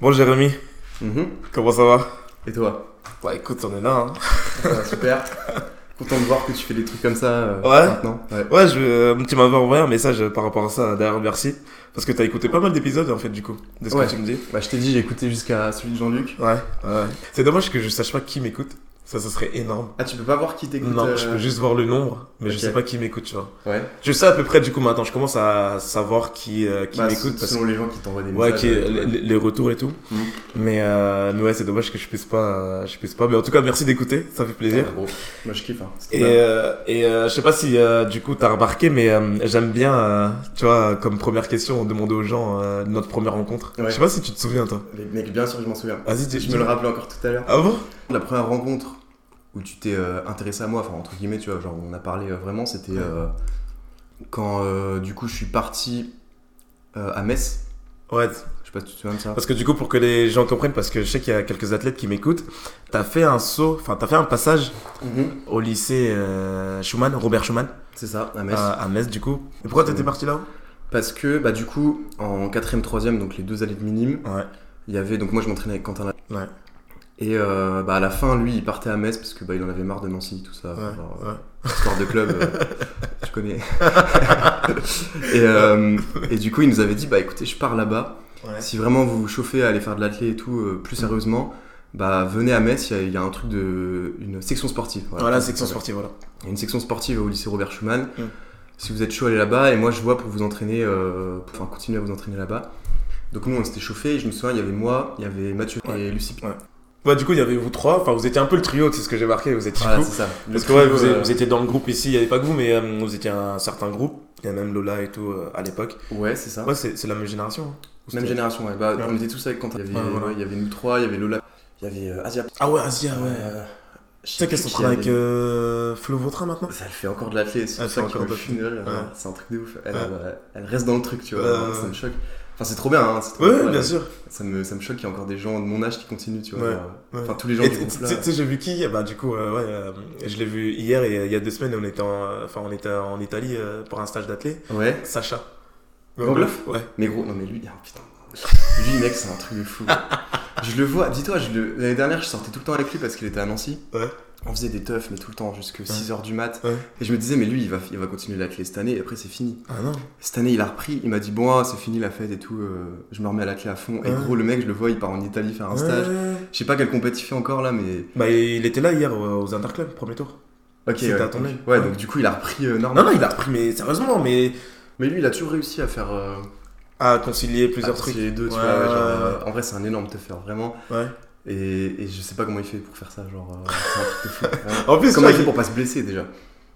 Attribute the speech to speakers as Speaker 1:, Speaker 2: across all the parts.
Speaker 1: Bon Jérémy, comment ça va
Speaker 2: Et toi
Speaker 1: Bah écoute, on est là. Hein.
Speaker 2: Ça va Super. Content de voir que tu fais des trucs comme ça euh,
Speaker 1: Ouais.
Speaker 2: maintenant. Ouais.
Speaker 1: Ouais, je, euh, tu m'avais envoyé un message par rapport à ça, hein, d'ailleurs merci. Parce que t'as écouté pas mal d'épisodes en fait du coup, de ce
Speaker 2: Ouais.
Speaker 1: que tu me dis.
Speaker 2: Bah, je t'ai dit, j'ai écouté jusqu'à celui de Jean-Luc.
Speaker 1: Ouais. C'est dommage que je sache pas qui m'écoute, ça, ça serait énorme.
Speaker 2: Ah, tu peux pas voir qui t'écoute
Speaker 1: Non,
Speaker 2: euh,
Speaker 1: je peux juste voir le nombre, mais je
Speaker 2: ok.
Speaker 1: sais pas qui m'écoute, tu vois.
Speaker 2: Ouais.
Speaker 1: Je sais à peu près du coup maintenant, je commence à savoir qui, euh, qui
Speaker 2: Bah,
Speaker 1: m'écoute.
Speaker 2: s-
Speaker 1: parce
Speaker 2: selon les gens qui t'envoient des
Speaker 1: Ouais,
Speaker 2: messages.
Speaker 1: qui est-
Speaker 2: euh,
Speaker 1: les, les retours et tout.
Speaker 2: Mhm.
Speaker 1: Mais, euh, mais ouais, c'est dommage que je puisse pas, euh, je puisse pas. Mais en tout cas, merci d'écouter, ça fait
Speaker 2: ouais,
Speaker 1: plaisir.
Speaker 2: gros. Moi, je kiffe. Hein. C'est trop
Speaker 1: Et,
Speaker 2: bien.
Speaker 1: euh, et euh, je sais pas si euh, du coup t'as remarqué, mais euh, j'aime bien, euh, tu vois, comme première question, on demandait aux gens euh, notre première rencontre.
Speaker 2: Ouais.
Speaker 1: Je sais pas si tu te souviens toi.
Speaker 2: Les mecs, bien sûr, je m'en souviens.
Speaker 1: Vas-y, dis-
Speaker 2: Je me le rappelais encore tout à l'heure.
Speaker 1: Ah bon
Speaker 2: La première rencontre où tu t'es euh, intéressé à moi, enfin, entre guillemets, tu vois, genre, on a parlé euh, vraiment, c'était euh, quand, euh, du coup, je suis parti euh, à Metz.
Speaker 1: Ouais.
Speaker 2: Je sais pas si tu te souviens de ça.
Speaker 1: Parce que du coup, pour que les gens comprennent, parce que je sais qu'il y a quelques athlètes qui m'écoutent, t'as fait un saut, enfin t'as fait un passage
Speaker 2: Mhm.
Speaker 1: au lycée euh, Schumann, Robert Schumann,
Speaker 2: C'est ça, à Metz.
Speaker 1: à, à Metz du coup. Et pourquoi t'étais parti là
Speaker 2: Parce que, bah, du coup, en 4ème, 3ème, donc les deux années de minime,
Speaker 1: Ouais.
Speaker 2: il y avait. Donc, moi, je m'entraînais avec Quentin. Latour.
Speaker 1: Ouais.
Speaker 2: Et euh, bah, à la fin, lui, il partait à Metz parce que bah, il en avait marre de Nancy, tout ça.
Speaker 1: Ouais.
Speaker 2: genre,
Speaker 1: ouais.
Speaker 2: Histoire de club, euh, tu connais. et, euh, et du coup, il nous avait dit bah, écoutez, je pars là-bas.
Speaker 1: Ouais. Mm.
Speaker 2: Si vraiment vous vous chauffez à aller faire de l'athlé et tout, euh, plus sérieusement, bah, venez à Metz, il y a- il y, a un truc de. une section sportive.
Speaker 1: Voilà, section sportive, voilà.
Speaker 2: Il y a une section sportive au lycée Robert Schumann.
Speaker 1: Mm.
Speaker 2: Si vous êtes chaud, allez là-bas. Et moi, je vois pour vous entraîner, euh, pour enfin, continuer à vous entraîner là-bas. Donc, nous, on s'était chauffé. Et je me souviens, il y avait moi, il y avait Mathieu et Lucie.
Speaker 1: Bah du coup, il y avait vous trois, enfin vous étiez un peu le trio, c'est ce que j'ai marqué, vous étiez
Speaker 2: Voilà,
Speaker 1: couple.
Speaker 2: c'est ça. Le
Speaker 1: Parce que ouais,
Speaker 2: trio,
Speaker 1: vous,
Speaker 2: euh,
Speaker 1: vous étiez dans le groupe ici, il n'y avait pas que vous, mais euh, vous étiez un certain groupe. Il y a même Lola et tout euh, à l'époque.
Speaker 2: Ouais, c'est ça.
Speaker 1: Ouais, c'est c'est la même génération. hein. Ou
Speaker 2: Ah. Même
Speaker 1: c'était-
Speaker 2: génération, ouais. Bah,
Speaker 1: Ouais.
Speaker 2: On était tous avec Quentin. Il y avait,
Speaker 1: Ouais, voilà.
Speaker 2: ouais, il y avait nous trois, il y avait Lola, il y avait euh, Asia.
Speaker 1: Ah ouais, Asia, ouais.
Speaker 2: Euh, je
Speaker 1: Tu
Speaker 2: sais
Speaker 1: sais qu'elles
Speaker 2: plus
Speaker 1: sont
Speaker 2: qui
Speaker 1: en train
Speaker 2: il y
Speaker 1: avec
Speaker 2: avait.
Speaker 1: euh, Flo Vautrin maintenant
Speaker 2: Ça, elle fait encore de l'athlé. C'est
Speaker 1: Elle
Speaker 2: pour ça
Speaker 1: fait
Speaker 2: qui
Speaker 1: encore
Speaker 2: me
Speaker 1: de l'athlé.
Speaker 2: fume, elle, euh,
Speaker 1: Ouais.
Speaker 2: C'est un truc de ouf. Elle,
Speaker 1: Ouais.
Speaker 2: euh, elle reste dans le truc, tu vois.
Speaker 1: Ouais,
Speaker 2: Vraiment,
Speaker 1: ouais.
Speaker 2: Ça me choque. Enfin, c'est trop bien, hein. c'est trop
Speaker 1: Ouais,
Speaker 2: bien,
Speaker 1: bien
Speaker 2: ouais.
Speaker 1: sûr.
Speaker 2: Ça me, ça me choque qu'il y ait encore des gens de mon âge qui continuent, tu vois.
Speaker 1: Ouais,
Speaker 2: genre,
Speaker 1: ouais.
Speaker 2: Enfin, tous les gens
Speaker 1: Et
Speaker 2: du
Speaker 1: Tu
Speaker 2: groupe là.
Speaker 1: tu- tu sais, j'ai vu qui Bah du coup, euh, ouais, euh, je l'ai vu hier et euh, il y a deux semaines, on était en, euh, enfin, on était en Italie euh, pour un stage d'athlète.
Speaker 2: Ouais.
Speaker 1: Sacha.
Speaker 2: Gangloff
Speaker 1: Ouais.
Speaker 2: Mais gros, non mais lui, ah, putain. Lui, mec, c'est un truc de fou. je le vois, dis-toi, je le- l'année dernière, je sortais tout le temps avec lui parce qu'il était à Nancy.
Speaker 1: Ouais.
Speaker 2: On faisait des teufs, mais tout le temps, jusque 6h du mat.
Speaker 1: Ouais.
Speaker 2: Et je me disais, mais lui, il va, il va continuer l'athlé cette année, et après, c'est fini.
Speaker 1: Ah non
Speaker 2: Cette année, il a repris, il m'a dit, bon, ah, c'est fini la fête et tout, euh, je me remets à l'athlé à fond. Et
Speaker 1: Ouais.
Speaker 2: gros, le mec, je le vois, il part en Italie faire un stage.
Speaker 1: Ouais.
Speaker 2: Je sais pas quel compète il fait encore là, mais.
Speaker 1: Bah il était là hier euh, aux Interclubs, premier tour.
Speaker 2: Ok,
Speaker 1: C'était
Speaker 2: ouais,
Speaker 1: à ton
Speaker 2: donc-
Speaker 1: œil.
Speaker 2: Ouais, donc du coup, il a repris euh,
Speaker 1: Non,
Speaker 2: normal.
Speaker 1: non, il a repris, mais sérieusement, mais
Speaker 2: Mais lui, il a toujours réussi à faire. euh,
Speaker 1: à concilier plusieurs
Speaker 2: à
Speaker 1: trucs.
Speaker 2: concilier Les deux, tu
Speaker 1: Ouais,
Speaker 2: vois,
Speaker 1: ouais,
Speaker 2: genre,
Speaker 1: ouais,
Speaker 2: euh, en vrai, c'est un énorme teufeur, vraiment.
Speaker 1: Ouais.
Speaker 2: Et, et je sais pas comment il fait pour faire ça, genre. euh, c'est un truc de fou. vraiment.
Speaker 1: En plus,
Speaker 2: comment
Speaker 1: tu vois,
Speaker 2: il fait pour pas se blesser déjà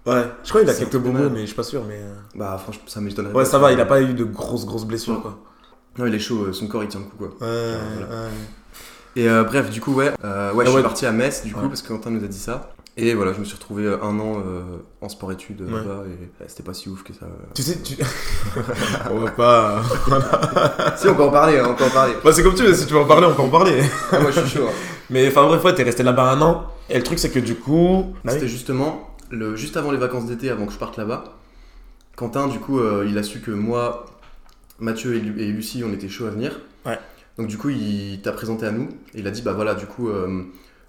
Speaker 1: Ouais, je crois qu'il a
Speaker 2: C'est
Speaker 1: quelques
Speaker 2: un peu
Speaker 1: bobos,
Speaker 2: mal.
Speaker 1: mais je suis pas sûr. Mais euh,
Speaker 2: Bah franchement, ça m'étonnerait.
Speaker 1: ouais,
Speaker 2: pas.
Speaker 1: ça va, il a pas eu de grosses grosses blessures
Speaker 2: Ouais.
Speaker 1: quoi.
Speaker 2: Non, il est chaud, euh, son corps il tient le coup quoi.
Speaker 1: Ouais,
Speaker 2: Voilà.
Speaker 1: ouais.
Speaker 2: Et euh, bref, du coup, ouais, euh, ouais,
Speaker 1: Ah
Speaker 2: je suis
Speaker 1: ouais.
Speaker 2: parti à Metz du coup
Speaker 1: Ouais.
Speaker 2: parce que Quentin nous a dit ça. Et voilà, je me suis retrouvé euh, un an euh, en sport-études euh,
Speaker 1: Ouais.
Speaker 2: là-bas et euh, c'était pas si ouf que ça. euh.
Speaker 1: Tu sais, tu. on va pas.
Speaker 2: si, on peut en parler, hein, on peut en parler.
Speaker 1: Bah, c'est comme tu veux, si tu veux en parler, on peut en parler.
Speaker 2: Ah, moi je suis chaud. hein.
Speaker 1: mais enfin, bref, ouais, t'es resté là-bas un an. Et le truc, c'est que du coup. Ah
Speaker 2: C'était
Speaker 1: oui.
Speaker 2: justement le, juste avant les vacances d'été, avant que je parte là-bas. Quentin, du coup, euh, il a su que moi, Mathieu et, Lu- et Lucie, on était chaud à venir.
Speaker 1: Ouais.
Speaker 2: Donc du coup, il t'a présenté à nous. Et il a dit, bah voilà, du coup, euh,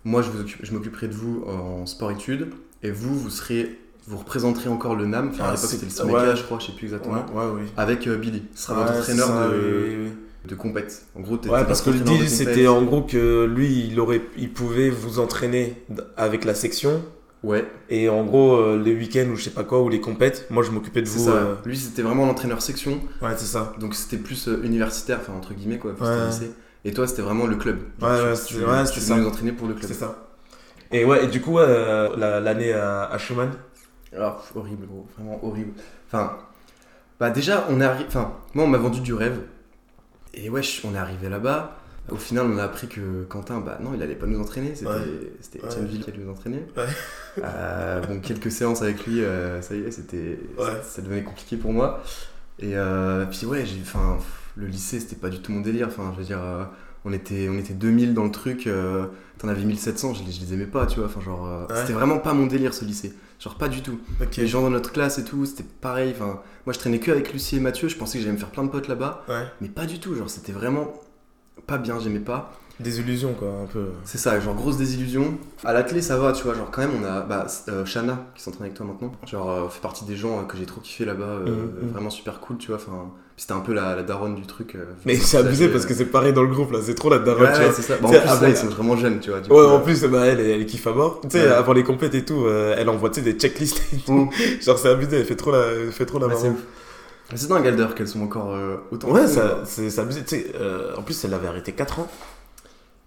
Speaker 2: moi, je, vous occupe- je m'occuperai de vous en sport-études. Et vous, vous serez, vous représenterez encore le NAM. Enfin,
Speaker 1: Ah,
Speaker 2: à l'époque,
Speaker 1: c'est-
Speaker 2: c'était le SMECA,
Speaker 1: ouais.
Speaker 2: je crois, je sais plus exactement.
Speaker 1: Ouais, ouais, oui.
Speaker 2: Avec euh, Billy. Ce
Speaker 1: Ouais,
Speaker 2: sera votre
Speaker 1: Ah, c'est
Speaker 2: entraîneur
Speaker 1: ça,
Speaker 2: de,
Speaker 1: oui, oui.
Speaker 2: de compète. En gros, t'es
Speaker 1: Ouais,
Speaker 2: t'es
Speaker 1: parce que
Speaker 2: notre
Speaker 1: le
Speaker 2: entraîneur de
Speaker 1: deal, c'était
Speaker 2: compète.
Speaker 1: en gros que lui, il, aurait, il pouvait vous entraîner d- avec la section.
Speaker 2: Ouais,
Speaker 1: Et en gros, euh, les week-ends ou je sais pas quoi, ou les compètes, moi, je m'occupais de
Speaker 2: c'est
Speaker 1: vous.
Speaker 2: ça.
Speaker 1: euh,
Speaker 2: Lui, c'était vraiment l'entraîneur section.
Speaker 1: Ouais, c'est ça.
Speaker 2: Donc c'était plus euh, universitaire, enfin entre guillemets quoi, plus
Speaker 1: Ouais.
Speaker 2: un lycée. Et toi c'était vraiment le club.
Speaker 1: Ouais,
Speaker 2: tu-
Speaker 1: ouais,
Speaker 2: tu-
Speaker 1: c'est- ouais,
Speaker 2: tu
Speaker 1: c'est
Speaker 2: venais
Speaker 1: ça.
Speaker 2: nous entraîner pour le club.
Speaker 1: C'est ça. Et ouais, et du coup, ouais, euh, la- l'année à, à Schumann.
Speaker 2: Alors Ah, pff, horrible gros, vraiment horrible. Enfin, bah déjà on est arrivé, enfin moi on m'a vendu du rêve. Et wesh, on est arrivé là-bas. Au final on a appris que Quentin, bah non il allait pas nous entraîner, c'était
Speaker 1: Ouais.
Speaker 2: c'était
Speaker 1: Ouais.
Speaker 2: Etienne Ville qui allait nous entraîner.
Speaker 1: Ouais.
Speaker 2: Euh, bon quelques séances avec lui, euh, ça y est, c'était,
Speaker 1: Ouais.
Speaker 2: ça devenait compliqué pour moi. Et euh, puis ouais, j'ai, enfin pff, le lycée c'était pas du tout mon délire, enfin je veux dire. euh, on était, on était 2000 dans le truc, euh, t'en avais 1700, je les, je les aimais pas, tu vois. Enfin, genre, euh,
Speaker 1: Ouais.
Speaker 2: c'était vraiment pas mon délire ce lycée. Genre, pas du tout.
Speaker 1: Ok.
Speaker 2: Les gens dans notre classe et tout, c'était pareil. Enfin, moi, je traînais que avec Lucie et Mathieu. Je pensais que j'allais me faire plein de potes là-bas,
Speaker 1: Ouais.
Speaker 2: mais pas du tout. Genre, c'était vraiment pas bien, j'aimais pas.
Speaker 1: Des illusions, quoi, un peu.
Speaker 2: C'est ça, genre grosse désillusion. À l'athlé, ça va, tu vois, genre quand même, on a bah, euh, Shana qui s'entraîne avec toi maintenant. Genre, euh, fait partie des gens euh, que j'ai trop kiffé là-bas, euh,
Speaker 1: Mhm, mhm.
Speaker 2: vraiment super cool, tu vois. Enfin, c'était un peu la, la daronne du truc. euh,
Speaker 1: Mais
Speaker 2: enfin,
Speaker 1: c'est
Speaker 2: ça,
Speaker 1: abusé
Speaker 2: j'ai-
Speaker 1: parce que c'est pareil dans le groupe, là, c'est trop la daronne,
Speaker 2: Ouais,
Speaker 1: tu
Speaker 2: ouais,
Speaker 1: vois.
Speaker 2: c'est ça. Bah, en
Speaker 1: Tu sais,
Speaker 2: plus,
Speaker 1: après-
Speaker 2: là, ils sont vraiment jeunes, tu vois. du
Speaker 1: Ouais,
Speaker 2: coup,
Speaker 1: en
Speaker 2: euh,
Speaker 1: plus, bah, elle, elle kiffe à mort. Tu sais,
Speaker 2: Ouais.
Speaker 1: avant les compètes et tout, euh, elle envoie, tu sais, des checklists et tout.
Speaker 2: Mm.
Speaker 1: Genre, c'est abusé, elle fait trop la, elle fait trop la
Speaker 2: ouais, c'est
Speaker 1: maman.
Speaker 2: ouf. Mais C'est dingue, Alder, qu'elles sont encore euh, autant.
Speaker 1: Ouais,
Speaker 2: cool,
Speaker 1: ça,
Speaker 2: quoi.
Speaker 1: c'est c'est abusé. Tu sais, euh, en plus, elle l'avait arrêté 4 ans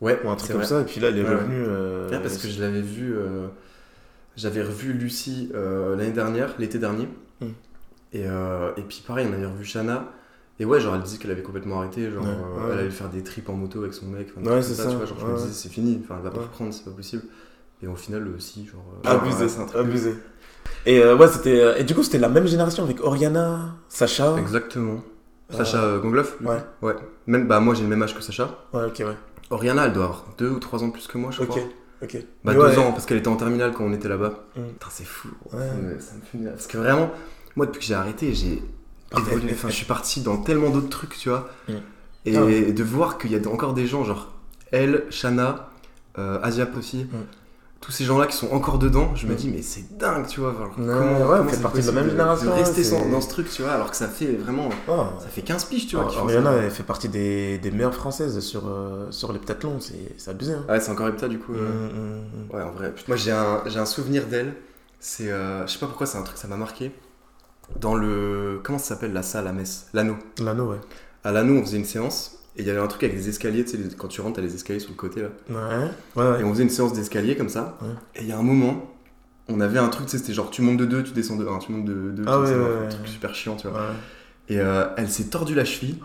Speaker 2: Ouais,
Speaker 1: ou un truc
Speaker 2: c'est
Speaker 1: comme
Speaker 2: vrai.
Speaker 1: ça, et puis là, elle est
Speaker 2: Ouais, ouais.
Speaker 1: revenue. euh,
Speaker 2: Ouais, parce que je l'avais vu. euh, J'avais revu Lucie euh, l'année dernière, l'été dernier.
Speaker 1: Mm.
Speaker 2: Et, euh, et puis pareil, on avait revu Shana. Et ouais, genre elle disait qu'elle avait complètement arrêté. Genre
Speaker 1: Ouais,
Speaker 2: euh,
Speaker 1: ouais.
Speaker 2: elle allait faire des trips en moto avec son mec. enfin, des
Speaker 1: Ouais, c'est
Speaker 2: trucs comme Tu
Speaker 1: ça,
Speaker 2: vois, genre je me
Speaker 1: ouais.
Speaker 2: disais, c'est fini. Enfin, elle va pas
Speaker 1: Ouais.
Speaker 2: reprendre, c'est pas possible. Et au final, euh, si, genre. euh,
Speaker 1: Abusé,
Speaker 2: ouais, c'est un truc.
Speaker 1: abusé. Et euh, ouais, c'était. euh, Et du coup, c'était la même génération avec Oriana, Sacha.
Speaker 2: Exactement.
Speaker 1: Euh,
Speaker 2: Sacha euh, Gongloff du
Speaker 1: ouais.
Speaker 2: coup Ouais. Même, bah moi j'ai le même âge que Sacha.
Speaker 1: Ouais, ok, ouais.
Speaker 2: Oriana, elle doit avoir 2 ou 3 ans plus que moi, je
Speaker 1: Ok,
Speaker 2: crois.
Speaker 1: ok. Mais
Speaker 2: Bah 2
Speaker 1: ouais.
Speaker 2: ans, parce qu'elle était en terminale quand on était là-bas.
Speaker 1: Mm.
Speaker 2: Putain, c'est fou.
Speaker 1: Ouais.
Speaker 2: Ouais, ça me fait bien. Parce que vraiment, moi depuis que j'ai arrêté, j'ai
Speaker 1: Parfait.
Speaker 2: évolué. Enfin, je suis parti dans tellement d'autres trucs, tu vois.
Speaker 1: Mm.
Speaker 2: Et
Speaker 1: Ah
Speaker 2: de voir qu'il y a encore des gens, genre elle, Shana, euh, Asia Puffy, tous ces gens-là qui sont encore dedans, je me
Speaker 1: Mm.
Speaker 2: dis, mais c'est dingue, tu vois. genre,
Speaker 1: Ouais,
Speaker 2: comment-
Speaker 1: ouais,
Speaker 2: comment
Speaker 1: vous faites
Speaker 2: c'est
Speaker 1: partie de la
Speaker 2: possible
Speaker 1: même génération,
Speaker 2: rester
Speaker 1: c'est-
Speaker 2: sans- dans ce truc, tu vois, alors que ça fait vraiment.
Speaker 1: Oh.
Speaker 2: Ça fait 15 piges, tu vois.
Speaker 1: Alors,
Speaker 2: qu'ils font ça.
Speaker 1: Oriana, elle fait partie des, des meilleures françaises sur, euh, sur les pentathlons, c'est c'est abusé. Hein.
Speaker 2: Ah Ouais, c'est encore Epta, du coup. euh,
Speaker 1: Mm, mm, mm.
Speaker 2: Ouais, en vrai. putain. Moi, j'ai un, j'ai un souvenir d'elle. C'est. euh, je sais pas pourquoi, c'est un truc, ça m'a marqué. Dans le. Comment ça s'appelle la salle à Metz L'anneau.
Speaker 1: L'anneau, mm. ouais.
Speaker 2: À l'anneau, on faisait une séance. Et il y avait un truc avec des escaliers, tu sais, les- quand tu rentres, t'as les escaliers sur le côté là.
Speaker 1: Ouais, ouais, ouais.
Speaker 2: Et on faisait une séance d'escalier comme ça.
Speaker 1: Ouais.
Speaker 2: Et il y a un moment, on avait un truc, tu sais, c'était genre tu montes de 2, tu descends de 1, tu montes de 2,
Speaker 1: Ah
Speaker 2: tu
Speaker 1: ouais,
Speaker 2: descends de
Speaker 1: ouais,
Speaker 2: un,
Speaker 1: ouais.
Speaker 2: un truc super chiant, tu vois.
Speaker 1: Ouais.
Speaker 2: Et euh, elle s'est tordue la cheville,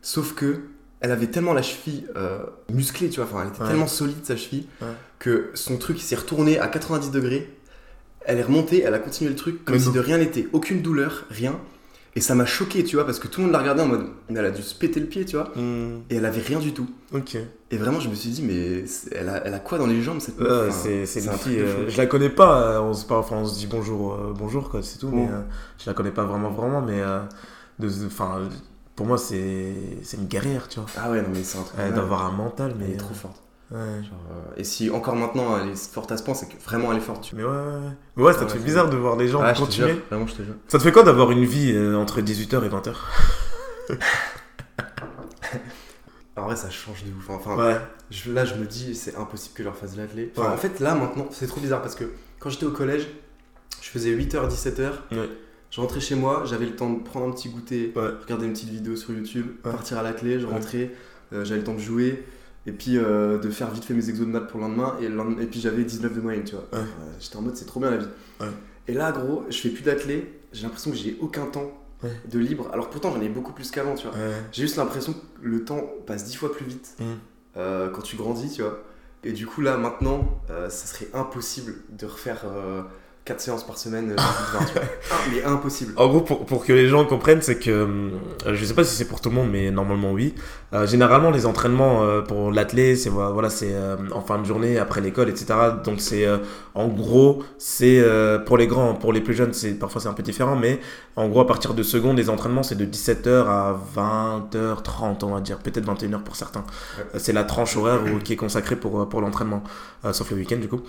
Speaker 2: sauf que elle avait tellement la cheville euh, musclée, tu vois, enfin, elle était
Speaker 1: Ouais.
Speaker 2: tellement solide sa cheville,
Speaker 1: Ouais.
Speaker 2: que son truc il s'est retourné à 90 degrés, elle est remontée, elle a continué le truc comme
Speaker 1: Mais
Speaker 2: si
Speaker 1: non.
Speaker 2: de rien n'était, aucune douleur, rien. Et ça m'a choqué, tu vois, parce que tout le monde la regardait en mode, mais elle a dû se péter le pied, tu vois,
Speaker 1: Mm,
Speaker 2: et elle avait rien du tout.
Speaker 1: ok.
Speaker 2: Et vraiment, je me suis dit, mais c'est- elle a, elle a quoi dans les jambes cette meuf
Speaker 1: Ouais,
Speaker 2: Enfin,
Speaker 1: c'est c'est
Speaker 2: c'est
Speaker 1: une
Speaker 2: un
Speaker 1: fille.
Speaker 2: truc de
Speaker 1: euh,
Speaker 2: fou.
Speaker 1: je la connais pas. euh, On se parle, enfin, on se dit bonjour, euh, bonjour quoi, c'est tout. Mais
Speaker 2: Mm.
Speaker 1: euh, je la connais pas vraiment, vraiment. Mais euh, de, de- enfin, euh, pour moi, c'est c'est une guerrière, tu vois.
Speaker 2: Ah ouais, non, mais c'est un truc.
Speaker 1: Elle
Speaker 2: de
Speaker 1: doit
Speaker 2: malade.
Speaker 1: avoir un mental,
Speaker 2: Elle
Speaker 1: mais euh,
Speaker 2: est trop forte.
Speaker 1: ouais.
Speaker 2: Genre, euh, et si encore maintenant elle est forte à ce point, c'est que vraiment elle est forte, tu
Speaker 1: Mais ouais, ouais, ouais. Mais ouais, ça
Speaker 2: Ah Ouais,
Speaker 1: te fait
Speaker 2: c'est-
Speaker 1: bizarre de voir les gens
Speaker 2: vois. Ah, je te
Speaker 1: continuer.
Speaker 2: jure, vraiment, je te jure.
Speaker 1: Ça te fait quoi d'avoir une vie euh, entre 18h et 20h
Speaker 2: En vrai, ça change de ouf. hein. Enfin,
Speaker 1: Ouais.
Speaker 2: je- là, je me dis, c'est impossible que je leur fasse l'athlé. Enfin,
Speaker 1: Ouais.
Speaker 2: En fait, là, maintenant, c'est trop bizarre parce que quand j'étais au collège, je faisais 8h, 17h.
Speaker 1: Ouais.
Speaker 2: Je rentrais chez moi, j'avais le temps de prendre un petit goûter,
Speaker 1: Ouais.
Speaker 2: regarder une petite vidéo sur YouTube,
Speaker 1: Ouais.
Speaker 2: partir à la clé, je rentrais, euh, j'avais le temps de jouer, et puis euh, de faire vite fait mes exos de maths pour le lendemain, et, le lendem- et puis j'avais 19 de moyenne, tu vois.
Speaker 1: Ouais.
Speaker 2: Euh, J'étais en mode, c'est trop bien la vie.
Speaker 1: Ouais.
Speaker 2: Et là, gros, je fais plus d'athlé, j'ai l'impression que j'ai aucun temps
Speaker 1: Ouais.
Speaker 2: de libre, alors pourtant j'en ai beaucoup plus qu'avant, tu vois.
Speaker 1: Ouais.
Speaker 2: J'ai juste l'impression que le temps passe dix fois plus vite
Speaker 1: Mm.
Speaker 2: euh, quand tu grandis, tu vois. Et du coup, là, maintenant, euh, ça serait impossible de refaire 4 séances par semaine, euh, 20, tu vois. Ah, mais impossible.
Speaker 1: En gros, pour, pour que les gens comprennent, c'est que euh, je sais pas si c'est pour tout le monde, mais normalement oui. Euh, généralement, les entraînements euh, pour l'athlète, c'est voilà, c'est euh, en fin de journée après l'école, etc. Donc c'est euh, en gros, c'est euh, pour les grands, pour les plus jeunes, c'est parfois c'est un peu différent, mais en gros à partir de seconde, les entraînements c'est de 17h à 20h30, on va dire, peut-être 21h pour certains.
Speaker 2: Ouais.
Speaker 1: Euh, C'est la tranche horaire où- qui est consacrée pour euh, pour l'entraînement, euh, sauf le week-end du coup.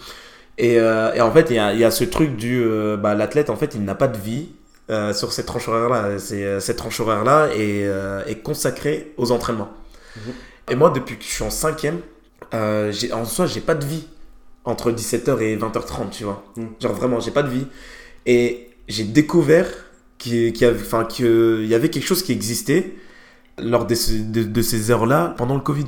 Speaker 1: Et, euh, et en fait, il y a, il y a ce truc du euh, bah, l'athlète, en fait, il n'a pas de vie euh, sur cette tranche horaire là. C'est euh, cette tranche horaire là est, euh, est consacrée aux entraînements.
Speaker 2: Mhm.
Speaker 1: Et moi, depuis que je suis en cinquième, euh, j'ai- en soi, j'ai pas de vie entre 17h et 20h30, tu vois.
Speaker 2: Mhm.
Speaker 1: Genre vraiment, j'ai pas de vie. Et j'ai découvert qu'il qu'il y, avait- enfin, qu'il y avait quelque chose qui existait lors de, ce- de- de ces heures-là pendant le Covid.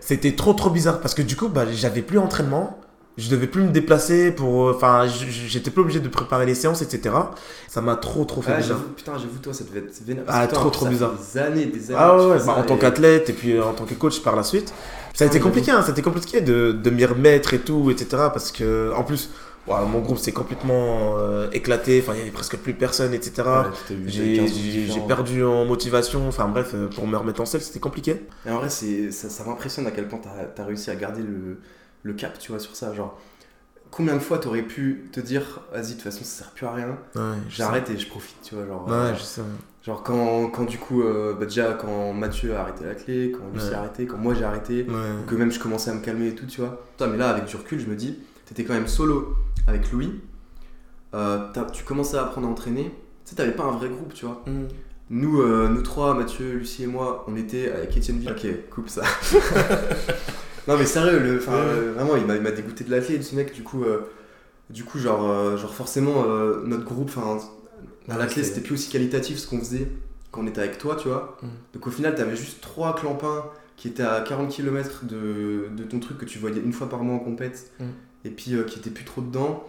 Speaker 1: C'était trop trop bizarre parce que du coup, bah, j'avais plus entraînement, je devais plus me déplacer pour, euh, enfin, j- j- j'étais plus obligé de préparer les séances, etc. Ça m'a trop trop fait
Speaker 2: Ah,
Speaker 1: bizarre.
Speaker 2: j'avoue, putain, j'avoue, toi, ça devait être vénère.
Speaker 1: Ah,
Speaker 2: Parce que toi,
Speaker 1: trop,
Speaker 2: en plus,
Speaker 1: trop
Speaker 2: ça fait
Speaker 1: bizarre.
Speaker 2: Des années, des années.
Speaker 1: Ah
Speaker 2: que tu
Speaker 1: ouais,
Speaker 2: fais
Speaker 1: bah,
Speaker 2: ça,
Speaker 1: en tant
Speaker 2: et- Ah
Speaker 1: qu'athlète et puis euh, en tant que coach par la suite, ça a été compliqué, hein, ça a été compliqué de, de m'y remettre et tout, etc. Parce que en plus, ouah, mon groupe s'est complètement euh, éclaté, enfin il y avait presque plus personne, etc.
Speaker 2: Ouais, tu t'es eu
Speaker 1: J'ai-
Speaker 2: 15 trucs
Speaker 1: J'ai j'ai
Speaker 2: différents.
Speaker 1: perdu en motivation, enfin bref, euh, pour me remettre en selle, c'était compliqué.
Speaker 2: Et en vrai, c'est, ça, ça m'impressionne à quel point t'as, t'as réussi à garder le, le cap, tu vois, sur ça. Genre, combien de fois t'aurais pu te dire, vas-y, de toute façon, ça sert plus à rien,
Speaker 1: Ouais, je sais.
Speaker 2: j'arrête et je profite, tu vois, genre. euh,
Speaker 1: Ouais, je sais.
Speaker 2: Genre quand, quand du coup, euh, bah déjà quand Mathieu a arrêté la clé, quand lui s'est
Speaker 1: Ouais.
Speaker 2: arrêté, quand moi j'ai arrêté,
Speaker 1: Ouais.
Speaker 2: que même je commençais à me calmer et tout, tu vois. Putain, mais là, avec du recul, je me dis, t'étais quand même solo avec Louis, euh, t'as- tu commençais à apprendre à entraîner, tu sais, t'avais pas un vrai groupe, tu vois.
Speaker 1: Mm.
Speaker 2: Nous, euh, nous trois, Mathieu, Lucie et moi, on était avec Etienne Ville. Ok, coupe ça. non mais sérieux, le, enfin,
Speaker 1: Ouais.
Speaker 2: euh, vraiment, il m'a il m'a dégoûté de l'athlète, ce mec, du coup, euh, du coup genre, euh, genre forcément, euh, notre groupe, enfin, à
Speaker 1: Ouais,
Speaker 2: la clé,
Speaker 1: c'est-
Speaker 2: c'était plus aussi qualitatif ce qu'on faisait quand on était avec toi, tu vois.
Speaker 1: Mm.
Speaker 2: Donc au final, t'avais juste trois clampins qui étaient à 40 km de, de ton truc que tu voyais une fois par mois en compète
Speaker 1: Mm.
Speaker 2: et puis euh, qui était plus trop dedans.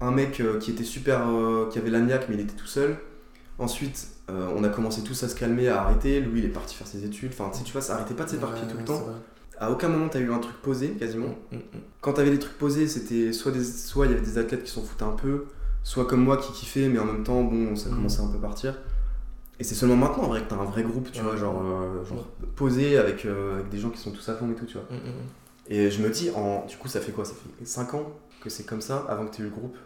Speaker 2: Un mec euh, qui était super, euh, qui avait l'agnac mais il était tout seul. Ensuite, euh, on a commencé tous à se calmer, à arrêter. Lui, il est parti faire ses études. Enfin, tu sais, tu vois, ça arrêtait pas de s'éparpiller
Speaker 1: Ouais,
Speaker 2: tout le
Speaker 1: c'est
Speaker 2: temps.
Speaker 1: vrai.
Speaker 2: À aucun moment, t'as eu un truc posé, quasiment.
Speaker 1: Mm, mm,
Speaker 2: Quand t'avais des trucs posés, c'était soit des, soit il y avait des athlètes qui s'en foutaient un peu, soit comme moi qui kiffait, mais en même temps, bon, ça
Speaker 1: Mm.
Speaker 2: commençait un peu à partir. Et c'est seulement maintenant, en vrai, que t'as un vrai groupe, tu
Speaker 1: Ouais.
Speaker 2: vois, genre, euh, genre posé avec, euh, avec des gens qui sont tous à fond et tout, tu vois.
Speaker 1: mm, mm, mm.
Speaker 2: Et je me dis, en, du coup, ça fait quoi Ça fait 5 ans que c'est comme ça, avant que t'aies eu le groupe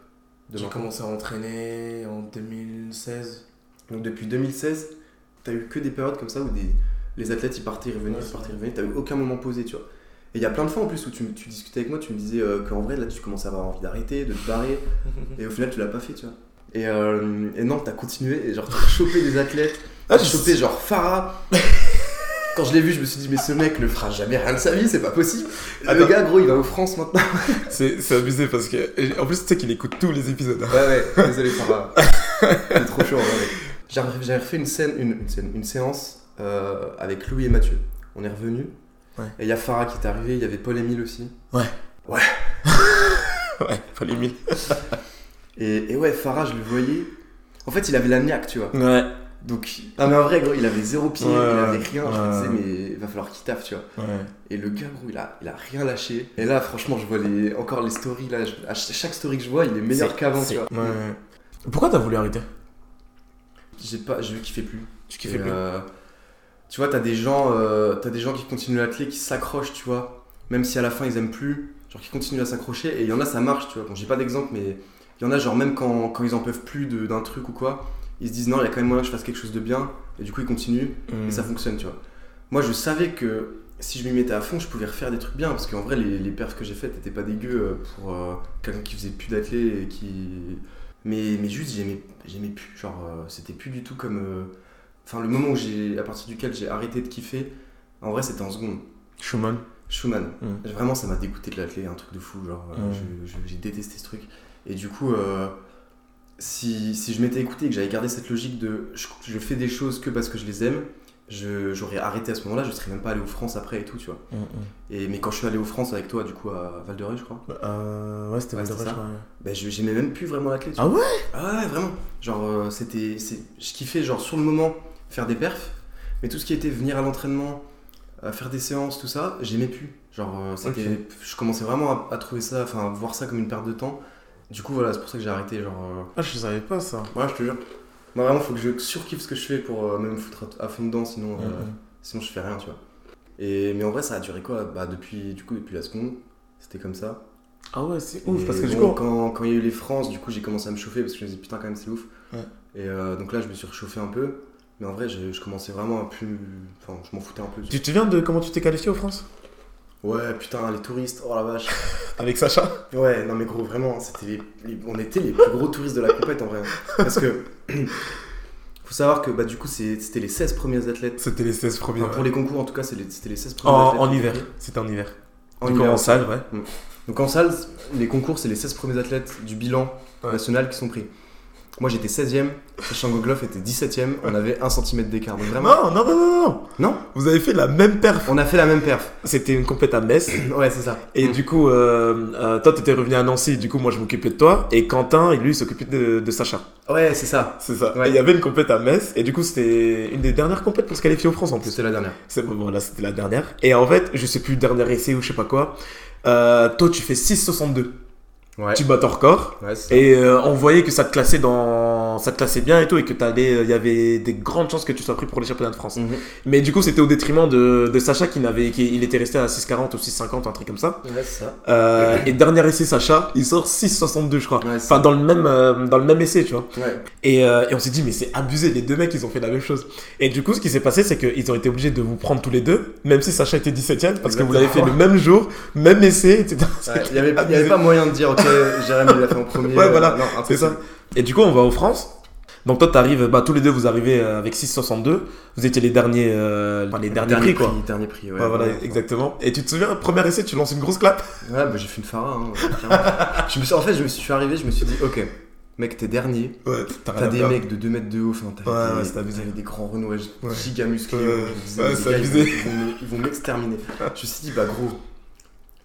Speaker 2: de
Speaker 1: J'ai
Speaker 2: maintenant.
Speaker 1: commencé à entraîner en 2016.
Speaker 2: Donc depuis 2016, t'as eu que des périodes comme ça où des, les athlètes ils partaient, ils revenaient,
Speaker 1: Ouais,
Speaker 2: ils
Speaker 1: c'est
Speaker 2: partaient,
Speaker 1: vrai.
Speaker 2: ils revenaient, t'as eu aucun moment posé, tu vois. Et il y a plein de fois en plus où tu, tu discutais avec moi, tu me disais euh, qu'en vrai là tu commençais à avoir envie d'arrêter, de te barrer, et au final tu l'as pas fait, tu vois. Et, euh, et non, t'as continué, et genre t'as chopé des athlètes,
Speaker 1: Ah,
Speaker 2: t'as chopé genre Farah. Quand je l'ai vu, je me suis dit, mais ce mec ne fera jamais rien de sa vie, c'est pas possible. Le
Speaker 1: Attends.
Speaker 2: gars, gros, il va aux France maintenant.
Speaker 1: C'est c'est abusé parce que. En plus, tu sais qu'il écoute tous les épisodes. hein.
Speaker 2: Ouais, ouais, désolé, Farah. T'es trop chaud, en vrai. J'avais j'avais refait une scène, une, une scène, une séance euh, avec Louis et Mathieu. On est revenu.
Speaker 1: Ouais.
Speaker 2: Et il y a Farah qui est arrivé, il y avait Paul Émile aussi.
Speaker 1: Ouais, pas les mille.
Speaker 2: Et, et ouais, Farah, je le voyais. En fait, il avait la niaque, tu vois.
Speaker 1: Ouais.
Speaker 2: Donc, ah, mais en vrai, gros, il avait zéro pied,
Speaker 1: Ouais,
Speaker 2: il avait
Speaker 1: ouais,
Speaker 2: rien.
Speaker 1: ouais.
Speaker 2: Je me disais, mais il va falloir qu'il taffe, tu vois.
Speaker 1: Ouais.
Speaker 2: Et le gars, gros, il a, il a rien lâché. Et là, franchement, je vois les, encore les stories. Là, je- à ch- chaque story que je vois, il est meilleur
Speaker 1: C'est-
Speaker 2: qu'avant, tu
Speaker 1: c'est-
Speaker 2: vois.
Speaker 1: Ouais. Mm. Pourquoi t'as voulu arrêter
Speaker 2: J'ai pas, je kiffais plus.
Speaker 1: Tu
Speaker 2: Et, euh, tu vois, t'as des gens, euh, t'as des gens qui continuent l'athlé, qui s'accrochent, tu vois, même si à la fin ils aiment plus, genre qui continuent à s'accrocher. Et il y en a, ça marche, tu vois. Bon, j'ai pas d'exemple, mais il y en a, genre même quand, quand ils en peuvent plus de- d'un truc ou quoi, ils se disent non, il y a quand même moyen que je fasse quelque chose de bien. Et du coup, ils continuent
Speaker 1: euh, Mm.
Speaker 2: et
Speaker 1: Hmm.
Speaker 2: ça fonctionne, tu vois. Moi, je savais que si je m'y mettais à fond, je pouvais refaire des trucs bien, parce qu'en vrai, les, les perfs que j'ai faites étaient pas dégueux euh, pour euh, quelqu'un qui faisait plus d'athlé et qui. Mais, mais juste, j'aimais j'aimais plus. Genre, euh, c'était plus du tout comme. euh, Enfin, le moment où j'ai, à partir duquel j'ai arrêté de kiffer, en vrai, c'était en seconde.
Speaker 1: Schumann.
Speaker 2: Schumann.
Speaker 1: Mm.
Speaker 2: Vraiment, ça m'a dégoûté de l'athlé, un truc de fou. Genre, euh,
Speaker 1: Mm.
Speaker 2: je- je- j'ai détesté ce truc. Et du coup, euh, si, si je m'étais écouté et que j'avais gardé cette logique de je, je fais des choses que parce que je les aime, je- j'aurais arrêté à ce moment-là, je serais même pas allé aux France après et tout, tu vois.
Speaker 1: Mm,
Speaker 2: Et, mais quand je suis allé aux France avec toi, du coup, à Val je crois,
Speaker 1: Euh, ouais, c'était
Speaker 2: Ouais,
Speaker 1: Val de
Speaker 2: c'était
Speaker 1: Roche,
Speaker 2: ça.
Speaker 1: ouais.
Speaker 2: ben, je- j'aimais même plus vraiment l'athlé. tu
Speaker 1: Ah ouais
Speaker 2: ah ouais, vraiment. Genre, euh, c'était. c'est- Je kiffais, genre, sur le moment, faire des perfs, mais tout ce qui était venir à l'entraînement, euh, faire des séances, tout ça, j'aimais plus. Genre, euh, c'était.
Speaker 1: Ok.
Speaker 2: Je commençais vraiment à, à trouver ça, enfin, à voir ça comme une perte de temps. Du coup, voilà, c'est pour ça que j'ai arrêté, genre. euh,
Speaker 1: Ah, je savais pas ça.
Speaker 2: Ouais, je te jure. Moi, vraiment, faut que je surkiffe ce que je fais pour euh, même me foutre à, à fond dedans, sinon, euh,
Speaker 1: Mm-hmm. Mm.
Speaker 2: sinon je fais rien, tu vois. Et, mais en vrai, ça a duré quoi Bah, depuis, du coup, depuis la seconde, c'était comme ça.
Speaker 1: Ah ouais, c'est ouf
Speaker 2: Et
Speaker 1: parce que du
Speaker 2: bon,
Speaker 1: coup.
Speaker 2: quand, quand il y a eu les France, du coup, j'ai commencé à me chauffer parce que je me disais putain, quand même, c'est ouf.
Speaker 1: Ouais.
Speaker 2: Et euh, donc là, je me suis réchauffé un peu, mais en vrai, je, je commençais vraiment à plus. Enfin, je m'en foutais un peu. tu
Speaker 1: Tu te souviens de comment tu t'es qualifié en France
Speaker 2: vois. Ouais, putain, les touristes, oh la vache.
Speaker 1: Avec Sacha
Speaker 2: ouais, non, mais gros, vraiment, c'était les- les- on était les plus gros touristes de la compète en vrai. Parce que. Faut savoir que bah, du coup, c'est- c'était les 16 premiers athlètes.
Speaker 1: C'était les 16 premiers.
Speaker 2: Enfin, pour les concours, en tout cas, c'est les- c'était les 16
Speaker 1: Ah En,
Speaker 2: premiers athlètes.
Speaker 1: en hiver. C'était en hiver.
Speaker 2: En
Speaker 1: du coup,
Speaker 2: hiver.
Speaker 1: en salle, ouais.
Speaker 2: Donc en salle, les concours, c'est les 16 premiers athlètes du bilan
Speaker 1: Ouais.
Speaker 2: national qui sont pris. Moi j'étais 16ème, Sachin Gogloff était 17ème, on avait 1 cm d'écart. Donc vraiment,
Speaker 1: Non, non, non, non, Ah non
Speaker 2: Non
Speaker 1: Vous avez fait la même perf.
Speaker 2: on a fait la même perf.
Speaker 1: C'était une compète à Metz.
Speaker 2: Ouais, c'est ça.
Speaker 1: Et
Speaker 2: Mm.
Speaker 1: du coup, euh, euh, toi, t'étais revenu à Nancy. Du coup, moi, je m'occupais de toi. Et Quentin, lui, il s'occupait de, de Sacha.
Speaker 2: Ouais, c'est ça.
Speaker 1: C'est ça.
Speaker 2: Ouais.
Speaker 1: Et il y avait une compète à Metz. Et du coup, c'était une des dernières compètes pour se qualifier en France en plus.
Speaker 2: C'était la dernière.
Speaker 1: C'est bon, voilà, c'était la dernière. Et en fait, je sais plus, dernier essai ou je sais pas quoi. euh, toi, tu fais 6,62.
Speaker 2: Ouais.
Speaker 1: Tu bats ton record.
Speaker 2: Ouais, c'est ça.
Speaker 1: Et euh, on voyait que ça te classait dans, en, ça te classait bien et tout, et que t'allais, euh, il y avait des grandes chances que tu sois pris pour les championnats de France.
Speaker 2: Mm. Mhm.
Speaker 1: Mais du coup, c'était au détriment de, de Sacha qui n'avait, qui, il était resté à 6,40 ou 6,50, un truc comme ça.
Speaker 2: Ouais, c'est ça.
Speaker 1: Euh, et dernier essai, Sacha, il sort 6,62, je crois.
Speaker 2: Ouais, c'est-
Speaker 1: Enfin, dans le même, euh, dans le même essai, tu vois.
Speaker 2: Ouais.
Speaker 1: Et, euh, et on s'est dit, mais c'est abusé, les deux mecs, ils ont fait la même chose. Et du coup, ce qui s'est passé, c'est qu'ils ont été obligés de vous prendre tous les deux, même si Sacha était 17ème, parce que vous l'avez fait le même jour, même essai, etc.
Speaker 2: Ouais, Il n'y avait, pas- il y avait pas moyen de dire, ok, Jérémy il l'a fait en premier.
Speaker 1: Ouais,
Speaker 2: euh,
Speaker 1: voilà,
Speaker 2: non,
Speaker 1: C'est
Speaker 2: impossible.
Speaker 1: ça. Et du coup, on va en France. Donc toi, t'arrives, bah tous les deux, vous arrivez euh, avec 6,62. Vous étiez les derniers, euh, enfin, les derniers prix, quoi.
Speaker 2: Dernier prix, ouais.
Speaker 1: Ouais, voilà, exactement. Et tu te souviens, premier essai, tu lances une grosse clap.
Speaker 2: Ouais, bah j'ai fait une phara. hein, ouais, clairement. je me suis, en fait, je me suis, je suis arrivé, je me suis dit, ok, mec, t'es dernier.
Speaker 1: Ouais, t'as rien
Speaker 2: T'as
Speaker 1: à
Speaker 2: des
Speaker 1: perdre.
Speaker 2: mecs de 2 mètres de haut, enfin, t'as
Speaker 1: Ah, Ouais, ouais,
Speaker 2: des,
Speaker 1: c'est abusé.
Speaker 2: t'avais des grands renouages
Speaker 1: Ouais.
Speaker 2: giga musclés.
Speaker 1: Ouais,
Speaker 2: où je me
Speaker 1: ouais,
Speaker 2: disais,
Speaker 1: c'est
Speaker 2: les
Speaker 1: abusé.
Speaker 2: gars, Ils vont me- ils vont m'exterminer. je me suis dit, bah gros,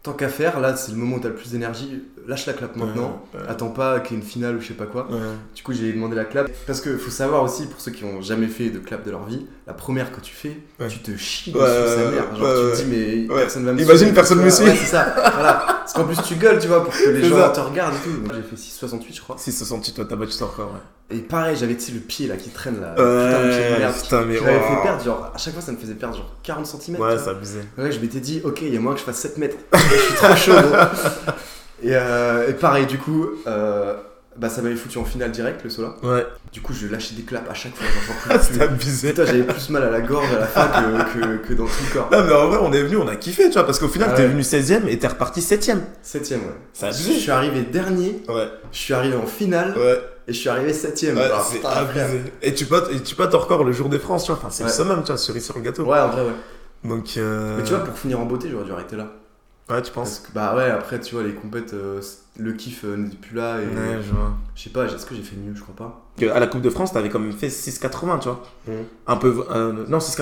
Speaker 2: tant qu'à faire, là, c'est le moment où t'as le plus d'énergie, lâche la clap maintenant.
Speaker 1: Ouais, ouais.
Speaker 2: Attends pas qu'il y ait une finale ou je sais pas quoi.
Speaker 1: Ouais.
Speaker 2: Du coup, j'ai demandé la clap. Parce que faut savoir aussi, pour ceux qui ont jamais fait de clap de leur vie, la première que tu fais,
Speaker 1: Ouais.
Speaker 2: tu te chies
Speaker 1: Ouais,
Speaker 2: sur sa
Speaker 1: ouais,
Speaker 2: mère. Genre,
Speaker 1: ouais,
Speaker 2: tu te dis, mais
Speaker 1: Ouais.
Speaker 2: personne va me
Speaker 1: Imagine,
Speaker 2: suivre.
Speaker 1: personne me
Speaker 2: Ouais,
Speaker 1: suit.
Speaker 2: ouais, c'est ça. voilà. Parce qu'en plus, tu gueules, tu vois, pour que les
Speaker 1: C'est
Speaker 2: gens
Speaker 1: ça.
Speaker 2: te regardent et tout. Donc, j'ai fait 6,68, je crois.
Speaker 1: 6,68, toi, t'as battu ça encore, ouais.
Speaker 2: Et pareil, j'avais, tu sais, le pied là qui traîne là. Ah, putain, le pied de
Speaker 1: Ouais,
Speaker 2: merde.
Speaker 1: putain, mais
Speaker 2: Je l'avais fait
Speaker 1: waouh.
Speaker 2: perdre, genre, à chaque fois, ça me faisait perdre genre 40 cm.
Speaker 1: Ouais, c'est abusé.
Speaker 2: Ouais, je m'étais dit, ok, il y a moyen que je fasse 7 mètres. je suis trop chaud. gros. et, euh, et pareil, du coup, euh, bah, ça m'avait foutu en finale direct, le Sola.
Speaker 1: Ouais,
Speaker 2: Du coup, je lâchais des claps à chaque fois. genre, j'en pouvais
Speaker 1: c'était
Speaker 2: plus.
Speaker 1: abusé.
Speaker 2: Putain, j'avais plus mal à la gorge à la fin que, que, que dans tout le corps.
Speaker 1: Non, mais en vrai, on est venu, on a kiffé, tu vois, parce qu'au final,
Speaker 2: Ouais.
Speaker 1: t'es venu 16ème et t'es reparti 7ème.
Speaker 2: Septième, ouais.
Speaker 1: C'est
Speaker 2: Je
Speaker 1: abusé.
Speaker 2: suis arrivé dernier,
Speaker 1: Ouais,
Speaker 2: je suis arrivé en finale
Speaker 1: ouais,
Speaker 2: et je suis arrivé septième.
Speaker 1: ouais,
Speaker 2: Ah,
Speaker 1: c'est
Speaker 2: putain, frère.
Speaker 1: abusé. Et tu pâtes, et tu pâtes encore le jour des France, tu vois, enfin, c'est le
Speaker 2: Ouais.
Speaker 1: summum, tu vois, cerise sur le gâteau.
Speaker 2: Ouais, en vrai, ouais.
Speaker 1: Donc, euh...
Speaker 2: Mais tu vois, pour finir en beauté, j'aurais dû arrêter là.
Speaker 1: ouais, tu penses
Speaker 2: Parce que, bah ouais, après, tu vois, les compètes, euh, c- le kiff euh, n'est plus là et.
Speaker 1: Ouais, je vois.
Speaker 2: Je sais pas, est-ce que j'ai fait mieux Je crois pas.
Speaker 1: Que à la Coupe de France, t'avais quand même fait 6,80, tu vois.
Speaker 2: Mhm.
Speaker 1: Un peu. euh, non, 6,90.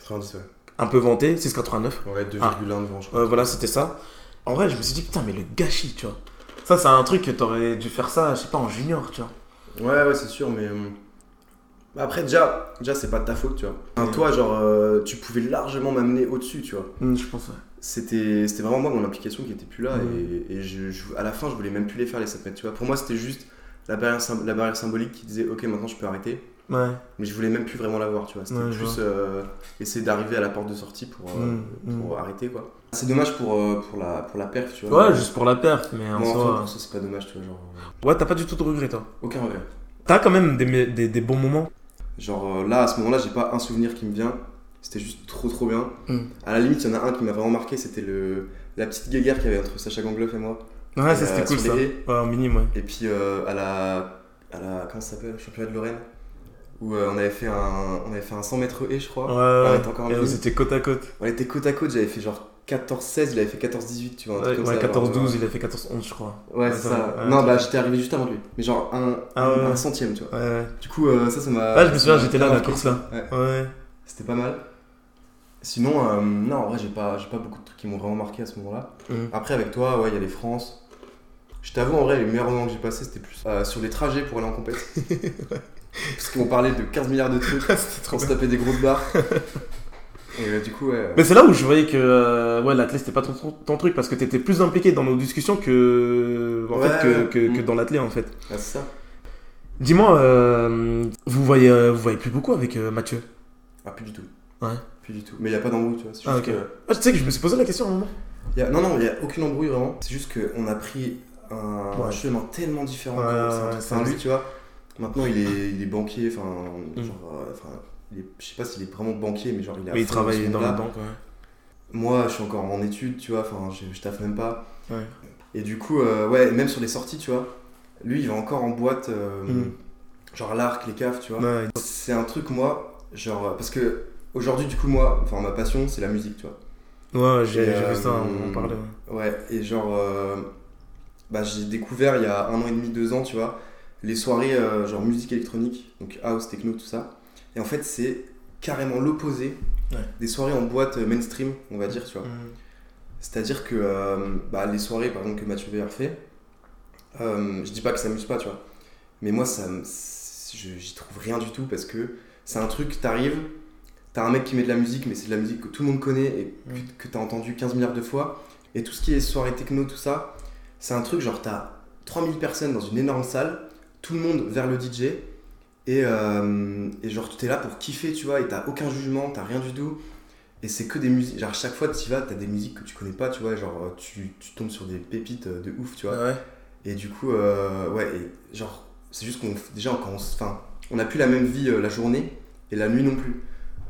Speaker 2: 90, ouais.
Speaker 1: Un peu vanté, 6,89.
Speaker 2: Ouais, 2,1
Speaker 1: Ah.
Speaker 2: devant, je crois.
Speaker 1: Euh, voilà, c'était ça. En vrai, je me suis dit, putain, mais le gâchis, tu vois. Ça, c'est un truc que t'aurais dû faire ça, je sais pas, en junior, tu vois.
Speaker 2: Ouais, ouais, c'est sûr, mais. euh, bah Après, déjà, déjà c'est pas de ta faute, tu vois. Enfin,
Speaker 1: Ouais.
Speaker 2: toi, genre, euh, tu pouvais largement m'amener au-dessus, tu vois.
Speaker 1: Mm, je pense, ouais.
Speaker 2: c'était c'était vraiment moi mon implication qui était plus là
Speaker 1: Mhm.
Speaker 2: et, et je, je- à la fin je voulais même plus les faire les 7 mètres tu vois pour moi c'était juste la barrière, sym- la barrière symbolique qui disait ok maintenant je peux arrêter
Speaker 1: Ouais.
Speaker 2: mais je voulais même plus vraiment la voir tu vois c'était
Speaker 1: Ouais, je
Speaker 2: plus
Speaker 1: vois.
Speaker 2: euh, essayer d'arriver à la porte de sortie pour, euh,
Speaker 1: Mhm,
Speaker 2: pour arrêter quoi c'est dommage pour, euh, pour, la, pour la perf tu vois
Speaker 1: Ouais, juste pour la perte, mais en
Speaker 2: Bon, enfin,
Speaker 1: soi.
Speaker 2: pour ça, c'est pas dommage tu vois genre euh,
Speaker 1: Ouais, t'as pas du tout de regret, toi.
Speaker 2: aucun regret
Speaker 1: T'as quand même des, mé- des, des bons moments.
Speaker 2: Genre euh, là, à ce moment-là, j'ai pas un souvenir qui me vient. C'était juste trop trop bien.
Speaker 1: Mm.
Speaker 2: À la limite, il y en a un qui m'a vraiment marqué, c'était le la petite guéguerre qu'il y avait entre Sacha Gangloff et moi.
Speaker 1: Ouais,
Speaker 2: Et,
Speaker 1: ça, c'était
Speaker 2: euh,
Speaker 1: cool,
Speaker 2: sur
Speaker 1: ça.
Speaker 2: les
Speaker 1: Ouais,
Speaker 2: haies.
Speaker 1: en minime, ouais.
Speaker 2: Et puis euh, à la à la comment ça s'appelle, championnat de Lorraine, où euh, on avait fait un on avait fait un 100 mètres et je crois.
Speaker 1: Ouais,
Speaker 2: On
Speaker 1: ouais.
Speaker 2: était encore en
Speaker 1: Et
Speaker 2: minime.
Speaker 1: vous étiez côte à côte.
Speaker 2: On était côte à côte, j'avais fait genre 14-16, il avait fait 14-18, tu vois. un
Speaker 1: Ouais,
Speaker 2: truc comme ça, genre,
Speaker 1: 14-12, il a fait 14-11, je crois.
Speaker 2: euh, Ouais, c'est ça.
Speaker 1: Attends, ouais,
Speaker 2: non,
Speaker 1: attends.
Speaker 2: bah j'étais arrivé juste avant lui. Mais genre un,
Speaker 1: Ah ouais,
Speaker 2: un
Speaker 1: ouais.
Speaker 2: centième, tu vois.
Speaker 1: Ouais, ouais.
Speaker 2: Du coup, euh, ça, ça m'a.
Speaker 1: Ouais, je me souviens,
Speaker 2: ça m'a
Speaker 1: j'étais là à la
Speaker 2: marqué.
Speaker 1: course, là.
Speaker 2: Ouais.
Speaker 1: Ouais.
Speaker 2: C'était pas mal. Sinon, euh, non, en vrai, j'ai pas, j'ai pas beaucoup de trucs qui m'ont vraiment marqué à ce moment-là.
Speaker 1: Mhm.
Speaker 2: Après, avec toi, ouais, il y a les France. Je t'avoue, en vrai, les meilleurs moments que j'ai passé, c'était plus euh, sur les trajets pour aller en compète. Parce qu'on parlait de 15 milliards de trucs,
Speaker 1: C'était trop
Speaker 2: on se
Speaker 1: bien.
Speaker 2: tapait des grosses barres. Et euh, du coup, ouais. euh,
Speaker 1: Mais c'est là où je voyais que euh, ouais, l'athlète c'était pas ton, ton- ton truc parce que t'étais plus impliqué dans nos discussions que, en
Speaker 2: Ouais,
Speaker 1: fait, que,
Speaker 2: ouais.
Speaker 1: que, que
Speaker 2: Mm.
Speaker 1: dans l'athlète en fait.
Speaker 2: ah, c'est ça.
Speaker 1: Dis-moi, euh, vous voyez euh, vous voyez plus beaucoup avec euh, Mathieu
Speaker 2: Ah, plus du tout.
Speaker 1: Ouais.
Speaker 2: Plus du tout. Mais il y a pas d'embrouille, tu vois. c'est
Speaker 1: Ah,
Speaker 2: juste
Speaker 1: ok.
Speaker 2: que-
Speaker 1: Ah, Tu sais que je me suis posé la question à un moment.
Speaker 2: Y a- non, non, il n'y a aucune embrouille vraiment. C'est juste qu'on a pris un
Speaker 1: Ouais.
Speaker 2: chemin tellement différent.
Speaker 1: Ouais,
Speaker 2: quoi.
Speaker 1: ouais,
Speaker 2: C'est un
Speaker 1: ouais, c'est
Speaker 2: truc- enfin,
Speaker 1: vrai.
Speaker 2: lui, tu vois, maintenant il est, il est banquier, enfin,
Speaker 1: Mm.
Speaker 2: genre, euh, enfin, il est- je sais pas s'il est vraiment banquier, mais genre il a.
Speaker 1: Mais il travaille dans la banque. Ouais.
Speaker 2: Moi, je suis encore en études, tu vois, enfin, je, je taffe même pas.
Speaker 1: Ouais.
Speaker 2: Et du coup, euh, ouais, même sur les sorties, tu vois, lui, il va encore en boîte, euh,
Speaker 1: Mm.
Speaker 2: genre à l'arc, les caves, tu vois.
Speaker 1: Ouais.
Speaker 2: C'est un truc, moi, genre, euh, parce que aujourd'hui, du coup, moi, enfin, ma passion, c'est la musique, tu vois.
Speaker 1: Ouais, ouais, j'ai
Speaker 2: Et,
Speaker 1: j'ai
Speaker 2: euh,
Speaker 1: vu ça, on en parlait. ouais.
Speaker 2: Ouais, et genre, euh, bah, j'ai découvert il y a un an et demi, deux ans, tu vois, les soirées euh, genre musique électronique, donc house, techno, tout ça. Et en fait, c'est carrément l'opposé
Speaker 1: Ouais.
Speaker 2: des soirées en boîte euh, mainstream, on va dire, tu vois.
Speaker 1: Mm.
Speaker 2: C'est-à-dire que euh, bah, les soirées, par exemple, que Mathieu Veillard fait, euh, je dis pas que ça m'amuse pas, tu vois. Mais moi, ça, me- c'est- je- j'y trouve rien du tout parce que c'est un truc, t'arrives, t'as un mec qui met de la musique, mais c'est de la musique que tout le monde connaît et que-
Speaker 1: Mm.
Speaker 2: que, t'as entendu 15 milliards de fois. Et tout ce qui est soirée techno, tout ça, c'est un truc, genre, t'as 3000 personnes dans une énorme salle, tout le monde vers le DJ. Et, euh, et genre, tu es là pour kiffer, tu vois, et t'as aucun jugement, t'as rien du tout. Et c'est que des musiques. Genre, chaque fois que tu vas, t'as des musiques que tu connais pas, tu vois, genre, tu, tu tombes sur des pépites de ouf, tu vois.
Speaker 1: Ah Ouais.
Speaker 2: Et du coup, euh, ouais, et genre, c'est juste qu'on. Déjà, quand on s- Enfin, on n'a plus la même vie euh, la journée et la nuit non plus.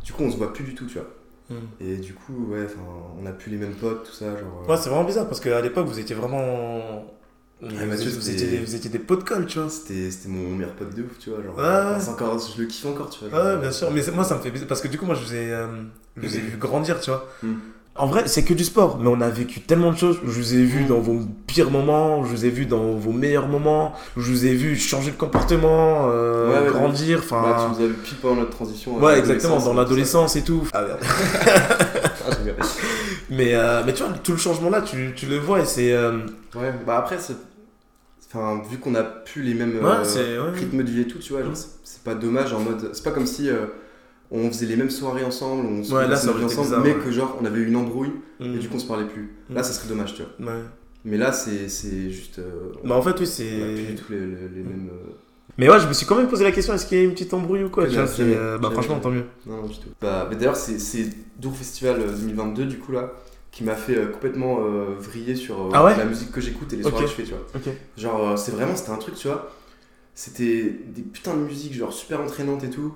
Speaker 2: Du coup, on se voit plus du tout, tu vois.
Speaker 1: Hmm.
Speaker 2: Et du coup, ouais, enfin, on n'a plus les mêmes potes, tout ça, genre. euh,
Speaker 1: Ouais, c'est vraiment bizarre parce qu'à l'époque, vous étiez vraiment. vous,
Speaker 2: Ah, Mathieu,
Speaker 1: étiez- vous
Speaker 2: c'était-
Speaker 1: étiez des, vous étiez des pots de colle, tu vois.
Speaker 2: C'était c'était mon meilleur pote de ouf, tu vois. Genre,
Speaker 1: Ouais,
Speaker 2: euh,
Speaker 1: ouais.
Speaker 2: c'est encore, je le kiffe encore, tu vois.
Speaker 1: Ouais,
Speaker 2: genre.
Speaker 1: bien sûr. Mais c'est- moi, ça me fait bizarre parce que du coup, moi, je vous ai, euh, je vous ai vu grandir, tu vois.
Speaker 2: Mm.
Speaker 1: En vrai, c'est que du sport, mais on a vécu tellement de choses. Je vous ai vu
Speaker 2: Mm.
Speaker 1: dans vos pires moments, je vous ai vu dans vos meilleurs moments, je vous ai vu changer de comportement, euh,
Speaker 2: Ouais, ouais,
Speaker 1: grandir,
Speaker 2: Bah,
Speaker 1: enfin.
Speaker 2: tu nous avais pile pendant notre transition. euh,
Speaker 1: ouais, exactement, dans
Speaker 2: l'adolescence,
Speaker 1: l'adolescence et tout. Ah,
Speaker 2: ça. Ah, je rigole.
Speaker 1: Mais, euh, mais tu vois, tout le changement là, tu, tu le vois et c'est. euh,
Speaker 2: Ouais, bah après, c'est. Enfin, vu qu'on a plus les mêmes
Speaker 1: ouais,
Speaker 2: euh,
Speaker 1: c'est. ouais.
Speaker 2: rythmes de vie et tout, tu vois, genre,
Speaker 1: Mm.
Speaker 2: c'est c'est pas dommage en mode. C'est pas comme si euh, on faisait les mêmes soirées ensemble, on se
Speaker 1: Ouais, là,
Speaker 2: faisait
Speaker 1: ça
Speaker 2: la
Speaker 1: aurait
Speaker 2: vie
Speaker 1: été
Speaker 2: ensemble,
Speaker 1: bizarre,
Speaker 2: mais
Speaker 1: ouais.
Speaker 2: que genre on avait une embrouille
Speaker 1: Mm.
Speaker 2: et du coup on se parlait plus.
Speaker 1: Mm.
Speaker 2: Là, ça serait dommage, tu vois.
Speaker 1: Ouais.
Speaker 2: Mais là, c'est c'est juste. euh,
Speaker 1: Bah, en fait, oui,
Speaker 2: on a plus
Speaker 1: c'est.
Speaker 2: du tout les, les- les mêmes. euh,
Speaker 1: Mais ouais, je me suis quand même posé la question est-ce qu'il y a une petite embrouille ou quoi
Speaker 2: Que
Speaker 1: tu vois,
Speaker 2: dalle,
Speaker 1: c'est,
Speaker 2: jamais,
Speaker 1: euh, Bah,
Speaker 2: jamais.
Speaker 1: franchement, tant mieux.
Speaker 2: Non, non, du tout. Bah, mais d'ailleurs, c'est, c'est Dour Festival euh, 2022, du coup, là, qui m'a fait euh, complètement euh, vriller sur euh,
Speaker 1: Ah ouais
Speaker 2: la musique que j'écoute et les
Speaker 1: Ok.
Speaker 2: soirées que je fais, tu vois.
Speaker 1: Ok.
Speaker 2: Genre, euh, c'est vraiment, c'était un truc, tu vois. C'était des putains de musique, genre, super entraînante et tout,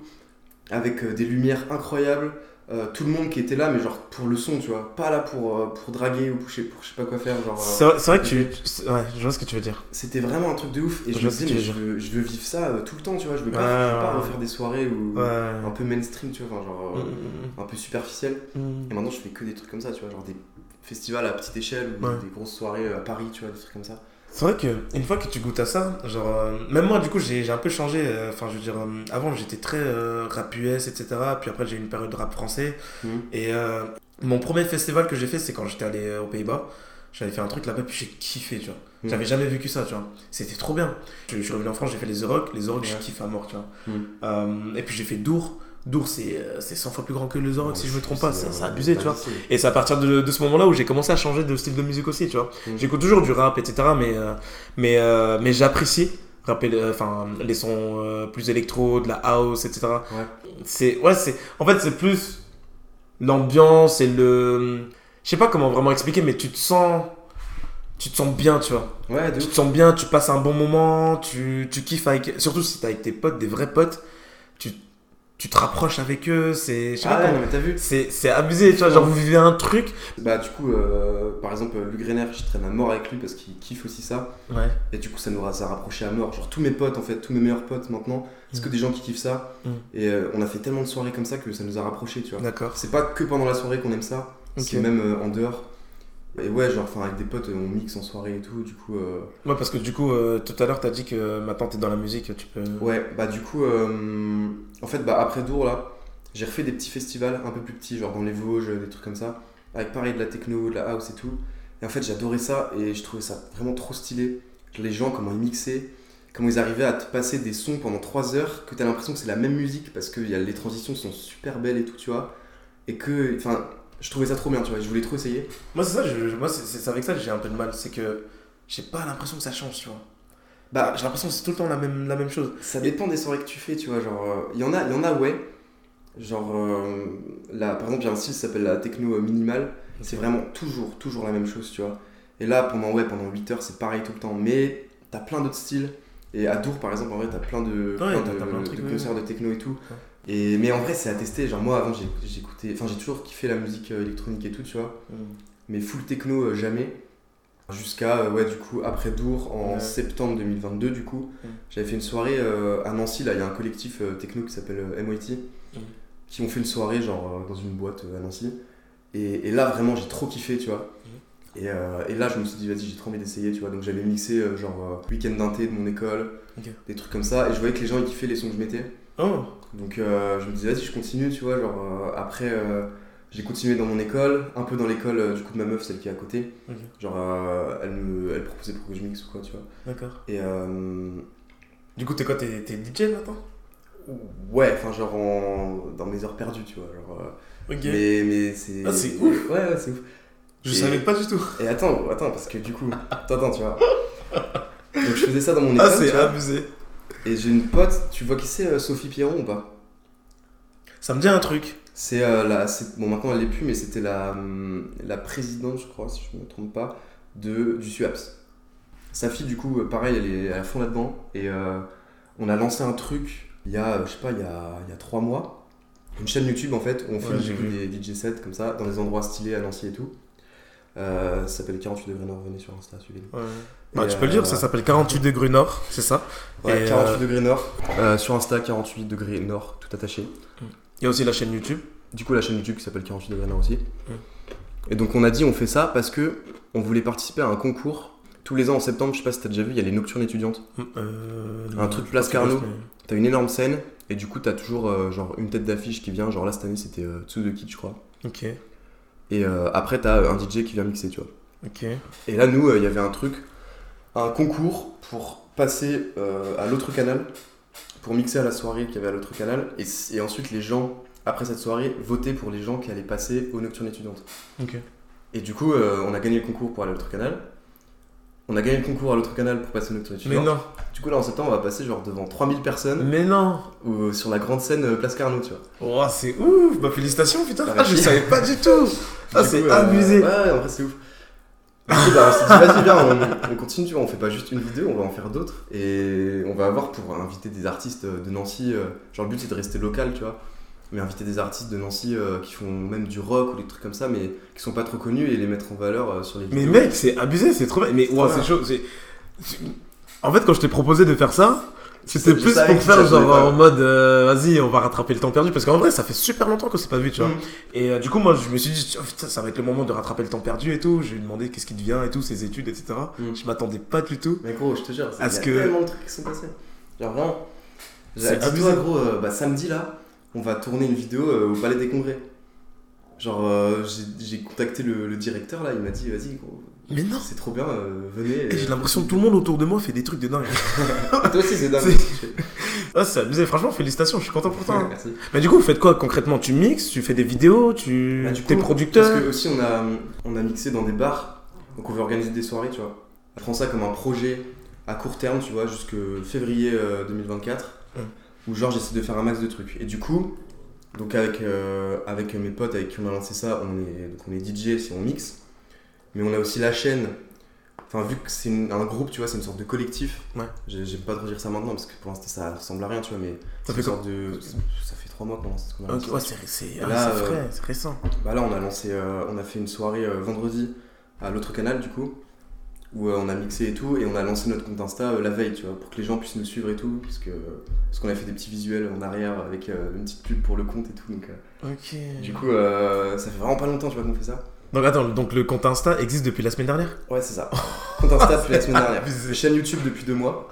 Speaker 2: avec euh, des lumières incroyables. euh, tout le monde qui était là, mais genre pour le son, tu vois. Pas là pour, euh, pour draguer ou pour, je sais- pour je sais pas quoi faire. Genre, euh,
Speaker 1: C'est vrai- c'est vrai que tu. tu- Ouais, je vois ce que tu veux dire.
Speaker 2: c'était vraiment un truc de ouf. Et je,
Speaker 1: Je
Speaker 2: me
Speaker 1: vois ce
Speaker 2: disais,
Speaker 1: que
Speaker 2: mais
Speaker 1: tu
Speaker 2: je
Speaker 1: veux
Speaker 2: veux, je veux vivre ça euh, tout le temps, tu vois. Je veux pas,
Speaker 1: Ouais,
Speaker 2: je veux pas
Speaker 1: ouais, ouais.
Speaker 2: refaire des soirées ou un
Speaker 1: Ouais.
Speaker 2: peu mainstream, tu vois. Enfin, genre, euh, un peu superficiel.
Speaker 1: Mm.
Speaker 2: Et maintenant, je fais que des trucs comme ça, tu vois, genre des festivals à petite échelle ou
Speaker 1: Ouais.
Speaker 2: des grosses soirées à Paris, tu vois, des trucs comme ça.
Speaker 1: C'est vrai que une fois que tu goûtes à ça, genre euh, même moi du coup j'ai j'ai un peu changé. euh, Enfin je veux dire euh, avant j'étais très euh, rap US etc. Puis après j'ai eu une période de rap français.
Speaker 2: Mhm.
Speaker 1: Et euh, mon premier festival que j'ai fait c'est quand j'étais allé euh, aux Pays-Bas. J'avais fait un truc là-bas puis j'ai kiffé tu vois.
Speaker 2: Mhm.
Speaker 1: J'avais jamais vécu ça tu vois. C'était trop bien. Je, je suis revenu en France j'ai fait les The Rock. Les The Rock je
Speaker 2: Ouais.
Speaker 1: kiffe à mort tu vois.
Speaker 2: Mhm.
Speaker 1: Euh, et puis j'ai fait Dour. Dour c'est euh, c'est 100 fois plus grand que les The Rock si je me trompe pas. C'est
Speaker 2: euh,
Speaker 1: c'est abusé tu vois.
Speaker 2: c'est-
Speaker 1: Et c'est à partir de, de ce moment-là où j'ai commencé à changer de style de musique aussi, tu vois.
Speaker 2: Mm.
Speaker 1: J'écoute toujours du rap, etc. Mais, euh, mais, euh, mais j'apprécie rapper, le- enfin, les sons euh, plus électro, de la house, etc.
Speaker 2: Ouais.
Speaker 1: C'est, ouais, c'est, en fait, c'est plus l'ambiance et le, je sais pas comment vraiment expliquer, mais tu te sens, tu te sens bien, tu vois.
Speaker 2: Ouais, de
Speaker 1: Tu
Speaker 2: ouf.
Speaker 1: te sens bien, tu passes un bon moment, tu, tu kiffes avec, surtout si t'es avec tes potes, des vrais potes, tu, tu te rapproches avec eux, c'est, je sais
Speaker 2: Ah
Speaker 1: pas
Speaker 2: ouais,
Speaker 1: comment-
Speaker 2: non, mais t'as vu
Speaker 1: c'est c'est abusé, tu vois, genre vous vivez un truc.
Speaker 2: Bah, du coup, euh, par exemple, Luc Grener, je traîne à mort avec lui parce qu'il kiffe aussi ça.
Speaker 1: Ouais.
Speaker 2: Et du coup, ça nous a ça a rapproché à mort. Genre, tous mes potes, en fait, tous mes meilleurs potes maintenant, c'est que
Speaker 1: Mm.
Speaker 2: des gens qui kiffent ça.
Speaker 1: Mm.
Speaker 2: Et euh, on a fait tellement de soirées comme ça que ça nous a rapprochés, tu vois.
Speaker 1: D'accord.
Speaker 2: C'est pas que pendant la soirée qu'on aime ça, c'est même euh, en dehors. Et ouais, genre, enfin, avec des potes, on mixe en soirée et tout, du coup. euh,
Speaker 1: Ouais, parce que du coup, euh, tout à l'heure, t'as dit que maintenant t'es dans la musique, tu peux.
Speaker 2: Ouais, bah du coup, euh, en fait, bah, après Dour, là, j'ai refait des petits festivals un peu plus petits, genre dans les Vosges, des trucs comme ça, avec pareil de la techno, de la house et tout. Et en fait, j'adorais ça et je trouvais ça vraiment trop stylé. Les gens, comment ils mixaient, comment ils arrivaient à te passer des sons pendant 3 heures, que t'as l'impression que c'est la même musique parce que y a- les transitions sont super belles et tout, tu vois. Et que, enfin, je trouvais ça trop bien, tu vois, je voulais trop essayer.
Speaker 1: Moi, c'est ça, je- je- moi, c'est c'est avec ça que j'ai un peu de mal. C'est que j'ai pas l'impression que ça change, tu vois. Ah,
Speaker 2: Bah,
Speaker 1: J'ai l'impression que c'est tout le temps la même, la même chose.
Speaker 2: Ça dépend des soirées que tu fais, tu vois. Genre, euh, il y en a, y en a, ouais. Genre, euh, là, par exemple, il y a un style qui s'appelle la techno euh, minimale. C'est vraiment toujours, toujours la même chose, tu vois. Et là, pendant, ouais, pendant 8 heures, c'est pareil tout le temps. Mais t'as plein d'autres styles. Et à Dour, par exemple, en vrai, t'as plein de, plein
Speaker 1: t'as-
Speaker 2: de,
Speaker 1: t'as plein de
Speaker 2: de
Speaker 1: trucs, ouais.
Speaker 2: concerts de techno et tout. Et, mais en vrai, c'est à tester. Genre, moi, avant, j'ai- j'écoutais. Enfin, j'ai toujours kiffé la musique euh, électronique et tout, tu vois
Speaker 1: Mm.
Speaker 2: mais full techno euh, jamais. Jusqu'à, euh, ouais, du coup, après Dour, en
Speaker 1: Ouais.
Speaker 2: septembre 2022, du coup,
Speaker 1: Mm.
Speaker 2: j'avais fait une soirée euh, à Nancy, là, il y a un collectif euh, techno qui s'appelle euh, MIT,
Speaker 1: Mm.
Speaker 2: qui ont fait une soirée, genre, euh, dans une boîte euh, à Nancy. Et, et là, vraiment, j'ai trop kiffé, tu vois. Et, euh, et là, je me suis dit, vas-y, j'ai trop envie d'essayer, tu vois. Donc, j'avais mixé, euh, genre, euh, week-end d'un thé de mon école,
Speaker 1: Ok.
Speaker 2: des trucs comme ça, et je voyais que les gens, ils kiffaient les sons que je mettais.
Speaker 1: Oh,
Speaker 2: Donc euh, je me disais, vas-y, je continue, tu vois. Genre, euh, après, euh, j'ai continué dans mon école, un peu dans l'école euh, du coup de ma meuf, celle qui est à côté.
Speaker 1: Ok.
Speaker 2: Genre, euh, elle me elle proposait pour que je mixe ou quoi, tu vois.
Speaker 1: d'accord.
Speaker 2: Et euh,
Speaker 1: Du coup, t'es quoi T'es t'es DJ maintenant
Speaker 2: ouais, enfin, genre en- dans mes heures perdues, tu vois. Genre, euh,
Speaker 1: Ok.
Speaker 2: Mais, mais c'est.
Speaker 1: Ah, c'est ouf.
Speaker 2: Ouais, ouais, c'est ouf.
Speaker 1: Je
Speaker 2: et-
Speaker 1: savais pas du tout.
Speaker 2: Et attends, attends, parce que du coup, attends, attends, tu vois. Donc je faisais ça dans mon école.
Speaker 1: Ah, c'est
Speaker 2: tu vois.
Speaker 1: abusé.
Speaker 2: Et j'ai une pote, tu vois qui c'est, euh, Sophie Pierron ou pas
Speaker 1: Ça me dit un truc.
Speaker 2: C'est euh, la. c'est- Bon, maintenant elle l'est plus, mais c'était la, hum, la présidente, je crois, si je me trompe pas, de, du SUAPS. Sa fille, du coup, euh, pareil, elle est à fond là-dedans. Et euh, on a lancé un truc il y a, euh, je sais pas, il y a, il y a trois mois. Une chaîne YouTube, en fait, où on filme
Speaker 1: j'ai
Speaker 2: du coup,
Speaker 1: vu.
Speaker 2: des DJ sets comme ça, dans des endroits stylés à Nancy et tout. Euh, ça s'appelle 48 degrés Nord, venez sur Insta, suivez-nous.
Speaker 1: Bah,
Speaker 2: Et,
Speaker 1: tu peux le dire,
Speaker 2: euh,
Speaker 1: ça s'appelle 48 degrés Nord, c'est ça
Speaker 2: Ouais,
Speaker 1: Et,
Speaker 2: 48
Speaker 1: euh,
Speaker 2: degrés Nord. Euh, sur Insta, 48 degrés Nord, tout attaché.
Speaker 1: Il y a aussi la chaîne YouTube.
Speaker 2: du coup la chaîne YouTube qui s'appelle 48 degrés Nord aussi. Et donc on a dit on fait ça parce que on voulait participer à un concours. Tous les ans en septembre, je sais pas si t'as déjà vu, il y a les nocturnes étudiantes.
Speaker 1: Euh,
Speaker 2: Un truc Place
Speaker 1: je sais pas,
Speaker 2: Carnot.
Speaker 1: mais-
Speaker 2: T'as une énorme scène et du coup t'as toujours euh, genre une tête d'affiche qui vient. Genre là cette année c'était euh, Tsuzuki je crois.
Speaker 1: Ok,
Speaker 2: Et euh, après t'as euh, un DJ qui vient mixer tu vois.
Speaker 1: ok.
Speaker 2: Et là nous euh, il y avait un truc, un concours pour passer euh, à l'autre canal, pour mixer à la soirée qu'il y avait à l'autre canal et, s- et ensuite les gens après cette soirée votaient pour les gens qui allaient passer aux nocturnes étudiantes.
Speaker 1: Ok.
Speaker 2: Et du coup, euh, on a gagné le concours pour aller à l'autre canal. On a gagné le concours à l'autre canal pour passer au Nocturne
Speaker 1: Mais
Speaker 2: étudiant.
Speaker 1: non,
Speaker 2: Du coup, là, en septembre, on va passer genre devant 3000 personnes
Speaker 1: mais non.
Speaker 2: ou, sur la grande scène euh, Place Carnot, tu vois.
Speaker 1: Oh, c'est ouf. Bah félicitations, putain.
Speaker 2: Ah,
Speaker 1: Ah, je
Speaker 2: merci.
Speaker 1: savais pas du tout. Ah,
Speaker 2: Du
Speaker 1: c'est
Speaker 2: coup, euh,
Speaker 1: abusé.
Speaker 2: Ouais, ouais, en vrai, c'est ouf. Du coup, bah, on s'est dit, vas-y, viens, on, on continue, tu vois, on fait pas juste une vidéo, on va en faire d'autres. Et on va avoir pour inviter des artistes euh, de Nancy. euh, genre, le but, c'est de rester local, tu vois. Mais inviter des artistes de Nancy euh, qui font même du rock ou des trucs comme ça, mais qui sont pas trop connus et les mettre en valeur euh, sur les
Speaker 1: Mais
Speaker 2: vidéos.
Speaker 1: mec, c'est abusé, c'est trop bien. Mais wow,
Speaker 2: trop
Speaker 1: c'est chaud. c'est- c'est- En fait, quand je t'ai proposé de faire ça, c'était
Speaker 2: Je
Speaker 1: plus
Speaker 2: savais
Speaker 1: pour
Speaker 2: que ça
Speaker 1: faire
Speaker 2: venait
Speaker 1: genre
Speaker 2: pas.
Speaker 1: en mode euh, vas-y, on va rattraper le temps perdu. Parce qu'en vrai, ça fait super longtemps qu'on s'est pas vu, tu vois.
Speaker 2: Mm.
Speaker 1: Et euh, du coup, moi, je me suis dit, oh, putain, ça va être le moment de rattraper le temps perdu et tout. Je lui ai demandé qu'est-ce qui devient et tout, ses études, etc.
Speaker 2: Mm.
Speaker 1: Je m'attendais pas du tout.
Speaker 2: Mais gros, je te jure, c'est-
Speaker 1: Parce
Speaker 2: il y a
Speaker 1: que-
Speaker 2: tellement de trucs qui sont passés. Genre vraiment,
Speaker 1: C'est
Speaker 2: j'ai- dis-toi
Speaker 1: abusé.
Speaker 2: gros, euh, bah, samedi là, on va tourner une vidéo euh, au Palais des Congrès. Genre, euh, j'ai- j'ai contacté le, le directeur là, il m'a dit, vas-y gros,
Speaker 1: Mais non.
Speaker 2: c'est trop bien, euh, venez.
Speaker 1: Et j'ai
Speaker 2: euh,
Speaker 1: l'impression que tout le monde autour de moi fait des trucs de dingue.
Speaker 2: Toi aussi, c'est dingue.
Speaker 1: Ah, c'est abusé. Franchement, félicitations, je suis content pour toi. hein.
Speaker 2: Merci.
Speaker 1: Mais du coup, vous faites quoi concrètement Tu mixes, tu fais des vidéos, tu
Speaker 2: Bah, du coup,
Speaker 1: t'es producteur
Speaker 2: Parce que aussi, on a, on a mixé dans des bars, donc on veut organiser des soirées, tu vois. Je prends ça comme un projet à court terme, tu vois, jusque février euh, 2024,
Speaker 1: Ouais.
Speaker 2: où genre j'essaie de faire un max de trucs. Et du coup, donc avec, euh, avec mes potes avec qui on a lancé ça, on est, donc on est DJ si on mixe, mais on a aussi la chaîne. Enfin, vu que c'est une- un groupe, tu vois, c'est une sorte de collectif.
Speaker 1: Ouais.
Speaker 2: J'ai- J'aime pas trop dire ça maintenant parce que pour l'instant ça ressemble à rien, tu vois, mais
Speaker 1: Ça
Speaker 2: c'est
Speaker 1: fait
Speaker 2: une sorte de. Ça fait trois mois qu'on a lancé- qu'on a
Speaker 1: Ok,
Speaker 2: lancé ça.
Speaker 1: ouais, c'est c'est- ah,
Speaker 2: Là,
Speaker 1: c'est
Speaker 2: euh,
Speaker 1: frais, c'est récent.
Speaker 2: Bah là, on a lancé, euh, on a fait une soirée euh, vendredi à l'autre canal du coup, où euh, on a mixé et tout, et on a lancé notre compte Insta euh, la veille, tu vois, pour que les gens puissent nous suivre et tout, parce que parce qu'on a fait des petits visuels en arrière avec euh, une petite pub pour le compte et tout, donc euh,
Speaker 1: Ok.
Speaker 2: du coup, euh, ça fait vraiment pas longtemps, tu vois, qu'on fait ça.
Speaker 1: Donc attends, donc le compte Insta existe depuis la semaine dernière
Speaker 2: Ouais, c'est ça. Compte Insta depuis la semaine dernière.
Speaker 1: abusé.
Speaker 2: Chaîne YouTube depuis deux mois.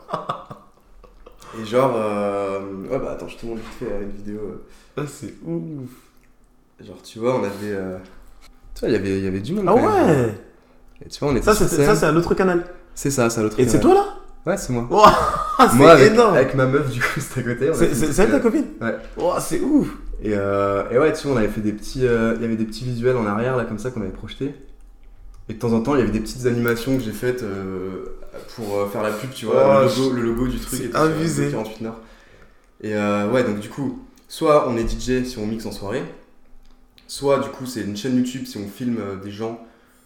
Speaker 2: Et genre, euh, ouais bah attends, je te montre vite fait euh, une vidéo. euh,
Speaker 1: Ah, c'est ouf.
Speaker 2: Genre, tu vois, on avait. euh, Tu vois, il y avait- il y avait du monde.
Speaker 1: Ah
Speaker 2: quand même.
Speaker 1: ouais
Speaker 2: Et tu vois, on était
Speaker 1: Ça,
Speaker 2: sur
Speaker 1: c'est
Speaker 2: scène.
Speaker 1: ça, c'est à l'autre canal.
Speaker 2: C'est ça, c'est à l'autre
Speaker 1: Et c'est toi
Speaker 2: canal.
Speaker 1: là
Speaker 2: Ouais, c'est moi.
Speaker 1: Ah,
Speaker 2: moi,
Speaker 1: c'est
Speaker 2: avec,
Speaker 1: énorme
Speaker 2: avec ma meuf, du coup, c'est à côté. on a fait
Speaker 1: C'est
Speaker 2: une
Speaker 1: c'est-
Speaker 2: petite,
Speaker 1: c'est elle ta
Speaker 2: euh,
Speaker 1: copine
Speaker 2: ouais.
Speaker 1: Oh, c'est ouf
Speaker 2: Et, euh, et ouais, tu vois, on avait fait des petits. euh, Il y avait des petits visuels en arrière, là, comme ça, qu'on avait projeté. Et de temps en temps, il y avait des petites animations que j'ai faites euh, pour euh, faire la pub, tu
Speaker 1: Oh,
Speaker 2: vois, le, logo, le logo du truc.
Speaker 1: c'est
Speaker 2: et tout, euh, sur le
Speaker 1: abusé.
Speaker 2: 48 Nord. Et euh, ouais, donc du coup, soit on est DJ si on mixe en soirée, soit du coup, c'est une chaîne YouTube si on filme euh, des gens,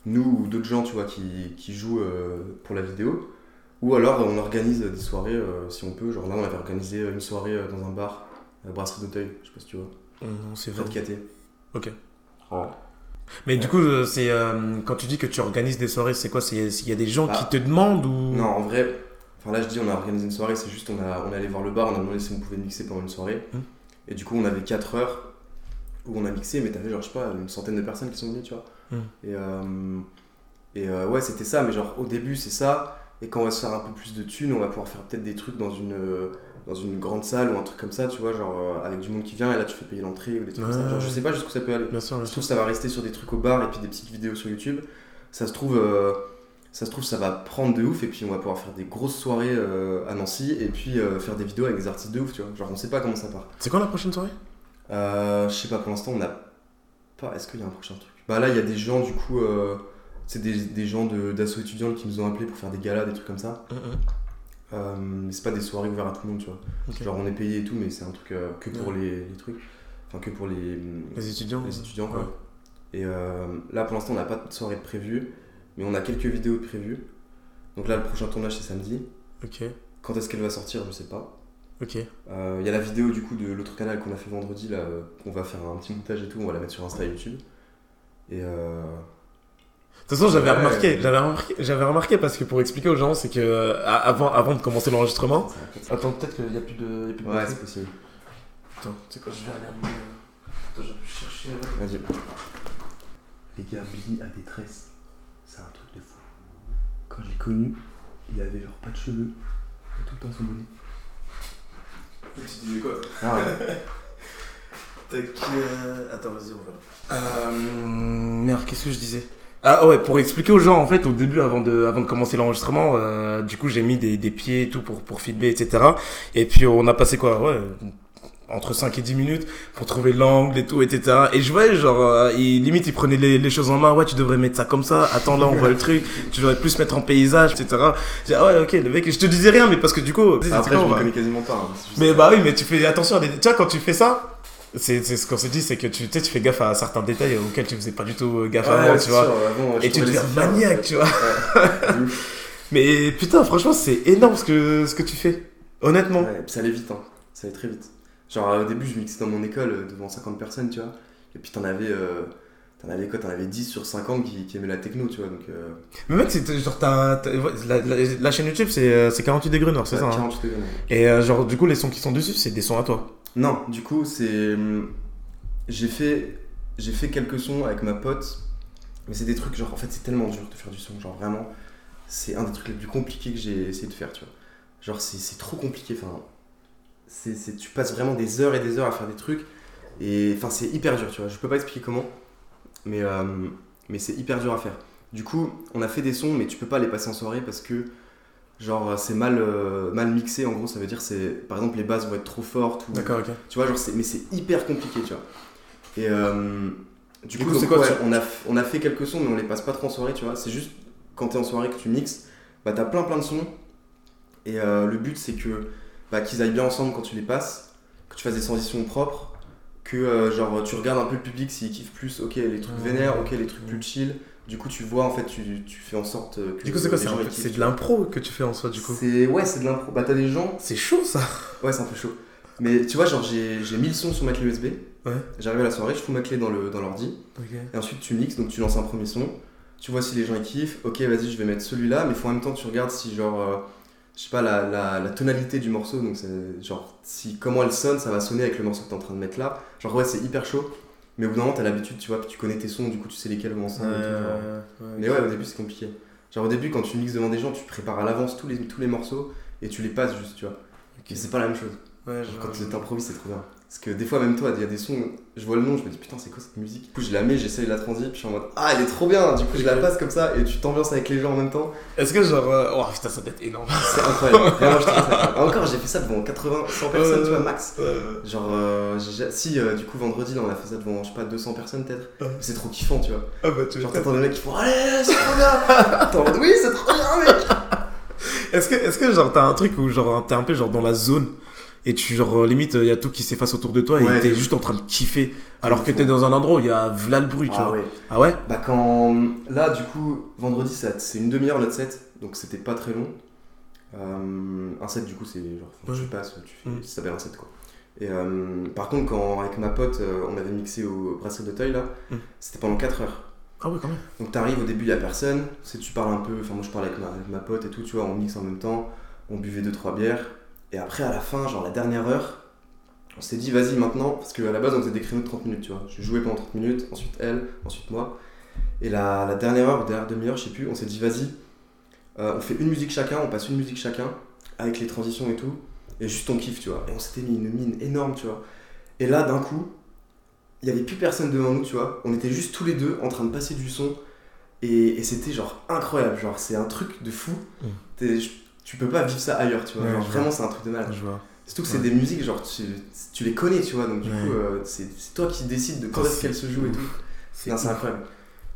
Speaker 2: nous ou d'autres gens, tu vois, qui, qui jouent euh, pour la vidéo. Ou alors on organise des soirées euh, si on peut. Genre là, on avait organisé une soirée euh, dans un bar, à la brasserie d'Auteuil, je sais pas si tu vois.
Speaker 1: Non, c'est
Speaker 2: Près de Caté.
Speaker 1: Ok.
Speaker 2: Oh.
Speaker 1: Mais du coup, euh, c'est euh, quand tu dis que tu organises des soirées, c'est quoi C'est s'il y a des gens
Speaker 2: Ah.
Speaker 1: qui te demandent ou
Speaker 2: Non, en vrai, enfin là je dis on a organisé une soirée, c'est juste on, a, on est allé voir le bar, on a demandé si on pouvait mixer pendant une soirée.
Speaker 1: Hmm.
Speaker 2: Et du coup on avait 4 heures où on a mixé, mais t'avais genre je sais pas, une centaine de personnes qui sont venues, tu vois.
Speaker 1: Hmm.
Speaker 2: Et, euh, et euh, ouais c'était ça, mais genre au début c'est ça, et quand on va se faire un peu plus de thunes, on va pouvoir faire peut-être des trucs dans une, euh, dans une grande salle ou un truc comme ça, tu vois, genre euh, avec du monde qui vient et là tu fais payer l'entrée ou des trucs comme ça.
Speaker 1: Ouais.
Speaker 2: Genre je sais pas jusqu'où ça peut aller.
Speaker 1: Bien sûr, bien
Speaker 2: Ça se
Speaker 1: sûr.
Speaker 2: trouve, ça va rester sur des trucs au bar et puis des petites vidéos sur YouTube. Ça se trouve, euh, ça, se trouve ça va prendre de ouf et puis on va pouvoir faire des grosses soirées euh, à Nancy et puis euh, faire des vidéos avec des artistes de ouf, tu vois. Genre, on sait pas comment ça part.
Speaker 1: C'est quand la prochaine soirée
Speaker 2: Euh, je sais pas, pour l'instant, on n'a pas. Est-ce qu'il y a un prochain truc Bah là, il y a des gens, du coup, euh, c'est des, des gens de- d'assaut étudiante qui nous ont appelés pour faire des galas, des trucs comme ça. Euh, mais c'est pas des soirées ouvertes à tout le monde, tu vois.
Speaker 1: Ok.
Speaker 2: Genre, on est payé et tout, mais c'est un truc euh, que pour les, les trucs. Enfin, que pour les,
Speaker 1: Les étudiants
Speaker 2: les
Speaker 1: euh,
Speaker 2: étudiants, quoi. Et euh, là, pour l'instant, on n'a pas de soirée de prévue, mais on a quelques vidéos de prévues. Donc là, le prochain tournage, c'est samedi.
Speaker 1: Ok,
Speaker 2: Quand est-ce qu'elle va sortir, je sais pas.
Speaker 1: ok.
Speaker 2: Euh, Il y a la vidéo du coup de l'autre canal qu'on a fait vendredi là, euh, qu'on va faire un petit montage et tout, on va la mettre sur Insta et YouTube. Et euh,
Speaker 1: De toute façon, j'avais
Speaker 2: Ouais.
Speaker 1: remarqué, j'avais remarqué, j'avais remarqué parce que pour expliquer aux gens, c'est que euh, a- avant, avant de commencer l'enregistrement. Attends, peut-être qu'il n'y a plus de.
Speaker 2: ouais, c'est possible.
Speaker 1: Attends, tu sais quoi, je vais regarder. Attends, je vais chercher.
Speaker 2: Vas-y. Les gars, Billy a des tresses. C'est un truc de fou. Quand je l'ai connu, il avait genre pas de cheveux. Tout le temps son bonnet.
Speaker 1: Tu disais quoi
Speaker 2: Ah ouais.
Speaker 1: Attends, vas-y, on va.
Speaker 2: euh, merde, qu'est-ce que je disais
Speaker 1: Ah ouais, pour expliquer aux gens, en fait, au début, avant de, avant de commencer l'enregistrement, euh, du coup, j'ai mis des, des pieds et tout pour, pour filmer, etc. Et puis, on a passé quoi Ouais, entre 5 et 10 minutes pour trouver l'angle et tout, etc. Et je voyais, genre, euh, il- limite, il prenait les, les choses en main. Ouais, tu devrais mettre ça comme ça. Attends, là, on voit le truc. Tu devrais plus mettre en paysage, etc. J'ai dit, ah ouais, ok, le mec, je te disais rien, mais parce que du coup, c'était
Speaker 2: Après,
Speaker 1: quoi,
Speaker 2: je
Speaker 1: on
Speaker 2: me
Speaker 1: va-
Speaker 2: connais quasiment pas. hein, c'est juste-
Speaker 1: mais bah oui, mais tu fais attention à des. Tu vois, quand tu fais ça, c'est c'est ce qu'on se dit, c'est que tu, tu sais, tu fais gaffe à certains détails auxquels tu faisais pas du tout euh, gaffe
Speaker 2: Ouais,
Speaker 1: avant,
Speaker 2: ouais,
Speaker 1: tu
Speaker 2: c'est
Speaker 1: vois.
Speaker 2: sûr, avant, je
Speaker 1: Et tu
Speaker 2: trouvais
Speaker 1: deviens
Speaker 2: les affaires,
Speaker 1: maniaque, tu vois.
Speaker 2: ouais, de ouf.
Speaker 1: Mais putain, franchement, c'est énorme ce que, ce que tu fais. Honnêtement.
Speaker 2: Ouais, et puis ça allait vite, hein. ça allait très vite. Genre euh, au début, je mixais dans mon école euh, devant 50 personnes, tu vois. Et puis t'en avais, euh, t'en avais quoi T'en avais 10 sur 50 qui, qui aimaient la techno, tu vois. Donc, euh,
Speaker 1: Mais mec, c'est genre, t'as, t'as- ouais, la, la, la chaîne YouTube, c'est euh, c'est 48 degrés nord, c'est
Speaker 2: ouais,
Speaker 1: ça. hein
Speaker 2: 40, je te connais.
Speaker 1: Et euh, genre, du coup, les sons qui sont dessus, c'est des sons à toi.
Speaker 2: Non, du coup, c'est. hum, J'ai fait, j'ai fait quelques sons avec ma pote, mais c'est des trucs, genre, en fait, c'est tellement dur de faire du son, genre, vraiment. C'est un des trucs les plus compliqués que j'ai essayé de faire, tu vois. Genre, c'est c'est trop compliqué, enfin. c'est c'est- tu passes vraiment des heures et des heures à faire des trucs, et enfin, c'est hyper dur, tu vois. Je peux pas expliquer comment, mais, euh, mais c'est hyper dur à faire. Du coup, on a fait des sons, mais tu peux pas les passer en soirée parce que genre c'est mal euh, mal mixé en gros ça veut dire c'est par exemple les basses vont être trop fortes ou
Speaker 1: ok.
Speaker 2: tu vois, genre, c'est, mais c'est hyper compliqué, tu vois. Et euh, du,
Speaker 1: Du
Speaker 2: coup,
Speaker 1: coup, c'est
Speaker 2: donc,
Speaker 1: quoi,
Speaker 2: ouais,
Speaker 1: tu-
Speaker 2: on, a, f- on a fait quelques sons, mais on les passe pas trop en soirée, tu vois. C'est juste quand t'es en soirée que tu mixes, bah t'as plein plein de sons. Et euh, le but, c'est que bah, qu'ils aillent bien ensemble quand tu les passes, que tu fasses des transitions propres, que euh, genre tu regardes un peu le public s'il kiffe plus, ok, les trucs
Speaker 1: Ouais.
Speaker 2: vénères, ok, les trucs
Speaker 1: Ouais.
Speaker 2: plus chill. Du coup, tu vois, en fait, tu, tu fais en sorte euh, que.
Speaker 1: Du coup, c'est quoi
Speaker 2: les
Speaker 1: C'est
Speaker 2: gens,
Speaker 1: un
Speaker 2: ils
Speaker 1: peu-
Speaker 2: kiffent,
Speaker 1: c'est
Speaker 2: tu
Speaker 1: de
Speaker 2: vois.
Speaker 1: l'impro que tu fais en soi, du coup.
Speaker 2: C'est, ouais, c'est de l'impro. Bah t'as des gens
Speaker 1: C'est chaud ça.
Speaker 2: Ouais, c'est un peu chaud. Mais tu vois, genre, j'ai j'ai mis le son sur ma clé USB.
Speaker 1: Ouais.
Speaker 2: J'arrive à la soirée, je fous ma clé dans le- dans l'ordi.
Speaker 1: Ok.
Speaker 2: et ensuite, tu mixes, donc tu lances un premier son. Tu vois si les gens ils kiffent. Ok, vas-y, je vais mettre celui-là. Mais faut en même temps que tu regardes si, genre, euh, je sais pas, la, la, la tonalité du morceau. Donc, c'est genre, si comment elle sonne, ça va sonner avec le morceau que t'es en train de mettre là. Genre, ouais, c'est hyper chaud. Mais au bout d'un moment, t'as l'habitude, tu vois, puis tu connais tes sons, du coup, tu sais lesquels vont ensemble. et tout, genre. Mais ouais, au début, c'est compliqué. Genre, au début, quand tu mixes devant des gens, tu prépares à l'avance tous les, tous les morceaux et tu les passes juste, tu vois. Et c'est pas la même chose.
Speaker 1: Ouais,
Speaker 2: Genre,
Speaker 1: genre,
Speaker 2: Quand tu improvises, c'est trop bien. Parce que des fois, même toi, il y a des sons, je vois le nom, je me dis putain, c'est quoi cette musique Du coup, je la mets, j'essaye de la transit, puis je suis en mode ah, elle est trop bien Du coup, je la passe comme ça et tu t'ambiances avec les gens en même temps.
Speaker 1: Est-ce que genre. euh, Oh putain, ça doit être énorme.
Speaker 2: C'est incroyable. Vraiment, je trouve ça incroyable. Encore, j'ai fait ça devant 80, 100 personnes,
Speaker 1: Ouais.
Speaker 2: tu vois, max.
Speaker 1: Euh,
Speaker 2: Genre, euh, j'ai- si, euh, du coup, vendredi, là, on a fait ça devant, je sais pas, 200 personnes peut-être.
Speaker 1: Ouais.
Speaker 2: C'est trop kiffant, tu vois.
Speaker 1: Ah bah, tu
Speaker 2: Genre, t'entends les mecs qui font allez, c'est trop bien T'es en mode oui, c'est trop
Speaker 1: Ah
Speaker 2: bien, mec
Speaker 1: Est-ce que, est-ce que genre t'as un truc où genre t'es un peu genre dans la zone et tu genre euh, limite il y a tout qui s'efface autour de toi
Speaker 2: Ouais.
Speaker 1: et t'es juste en train de kiffer alors que
Speaker 2: fou.
Speaker 1: t'es dans un endroit où il y a v'là le bruit tu
Speaker 2: Ah
Speaker 1: vois.
Speaker 2: ouais.
Speaker 1: Ah ouais
Speaker 2: Bah quand là du coup vendredi ça- c'est une demi-heure notre set donc c'était pas très long. Euh, un set du coup c'est genre enfin,
Speaker 1: Ouais.
Speaker 2: tu passes tu fais
Speaker 1: Mm.
Speaker 2: ça s'appelle un set quoi. Et euh, par contre quand avec ma pote euh, on avait mixé au brasserie d'Auteuil là
Speaker 1: Mm.
Speaker 2: c'était pendant 4 heures.
Speaker 1: Ah ouais quand même.
Speaker 2: Donc t'arrives au début il y a personne, c'est tu parles un peu enfin moi je parle avec ma, avec ma pote et tout tu vois on mixe en même temps, on buvait 2 trois bières et après à la fin genre la dernière heure on s'est dit vas-y maintenant parce que à la base on faisait des créneaux de 30 minutes tu vois je jouais pendant 30 minutes ensuite elle ensuite moi et la, la dernière heure ou dernière demi-heure je sais plus on s'est dit vas-y euh, on fait une musique chacun on passe une musique chacun avec les transitions et tout et juste on kiffe tu vois et on s'était mis une mine énorme tu vois et là d'un coup il y avait plus personne devant nous tu vois on était juste tous les deux en train de passer du son et, et c'était genre incroyable genre c'est un truc de fou
Speaker 1: Mm.
Speaker 2: T'es- je- tu peux pas vivre ça ailleurs tu vois
Speaker 1: Ouais,
Speaker 2: Genre,
Speaker 1: je vois.
Speaker 2: vraiment c'est un truc de malade
Speaker 1: Ah, Je vois.
Speaker 2: Surtout que
Speaker 1: Ouais.
Speaker 2: c'est des musiques, genre tu, tu les connais, tu vois, donc du
Speaker 1: Ouais.
Speaker 2: coup, euh, c'est c'est toi qui décides de quand
Speaker 1: Ça,
Speaker 2: est-ce qu'elles se jouent et tout.
Speaker 1: C'est,
Speaker 2: Non, C'est incroyable.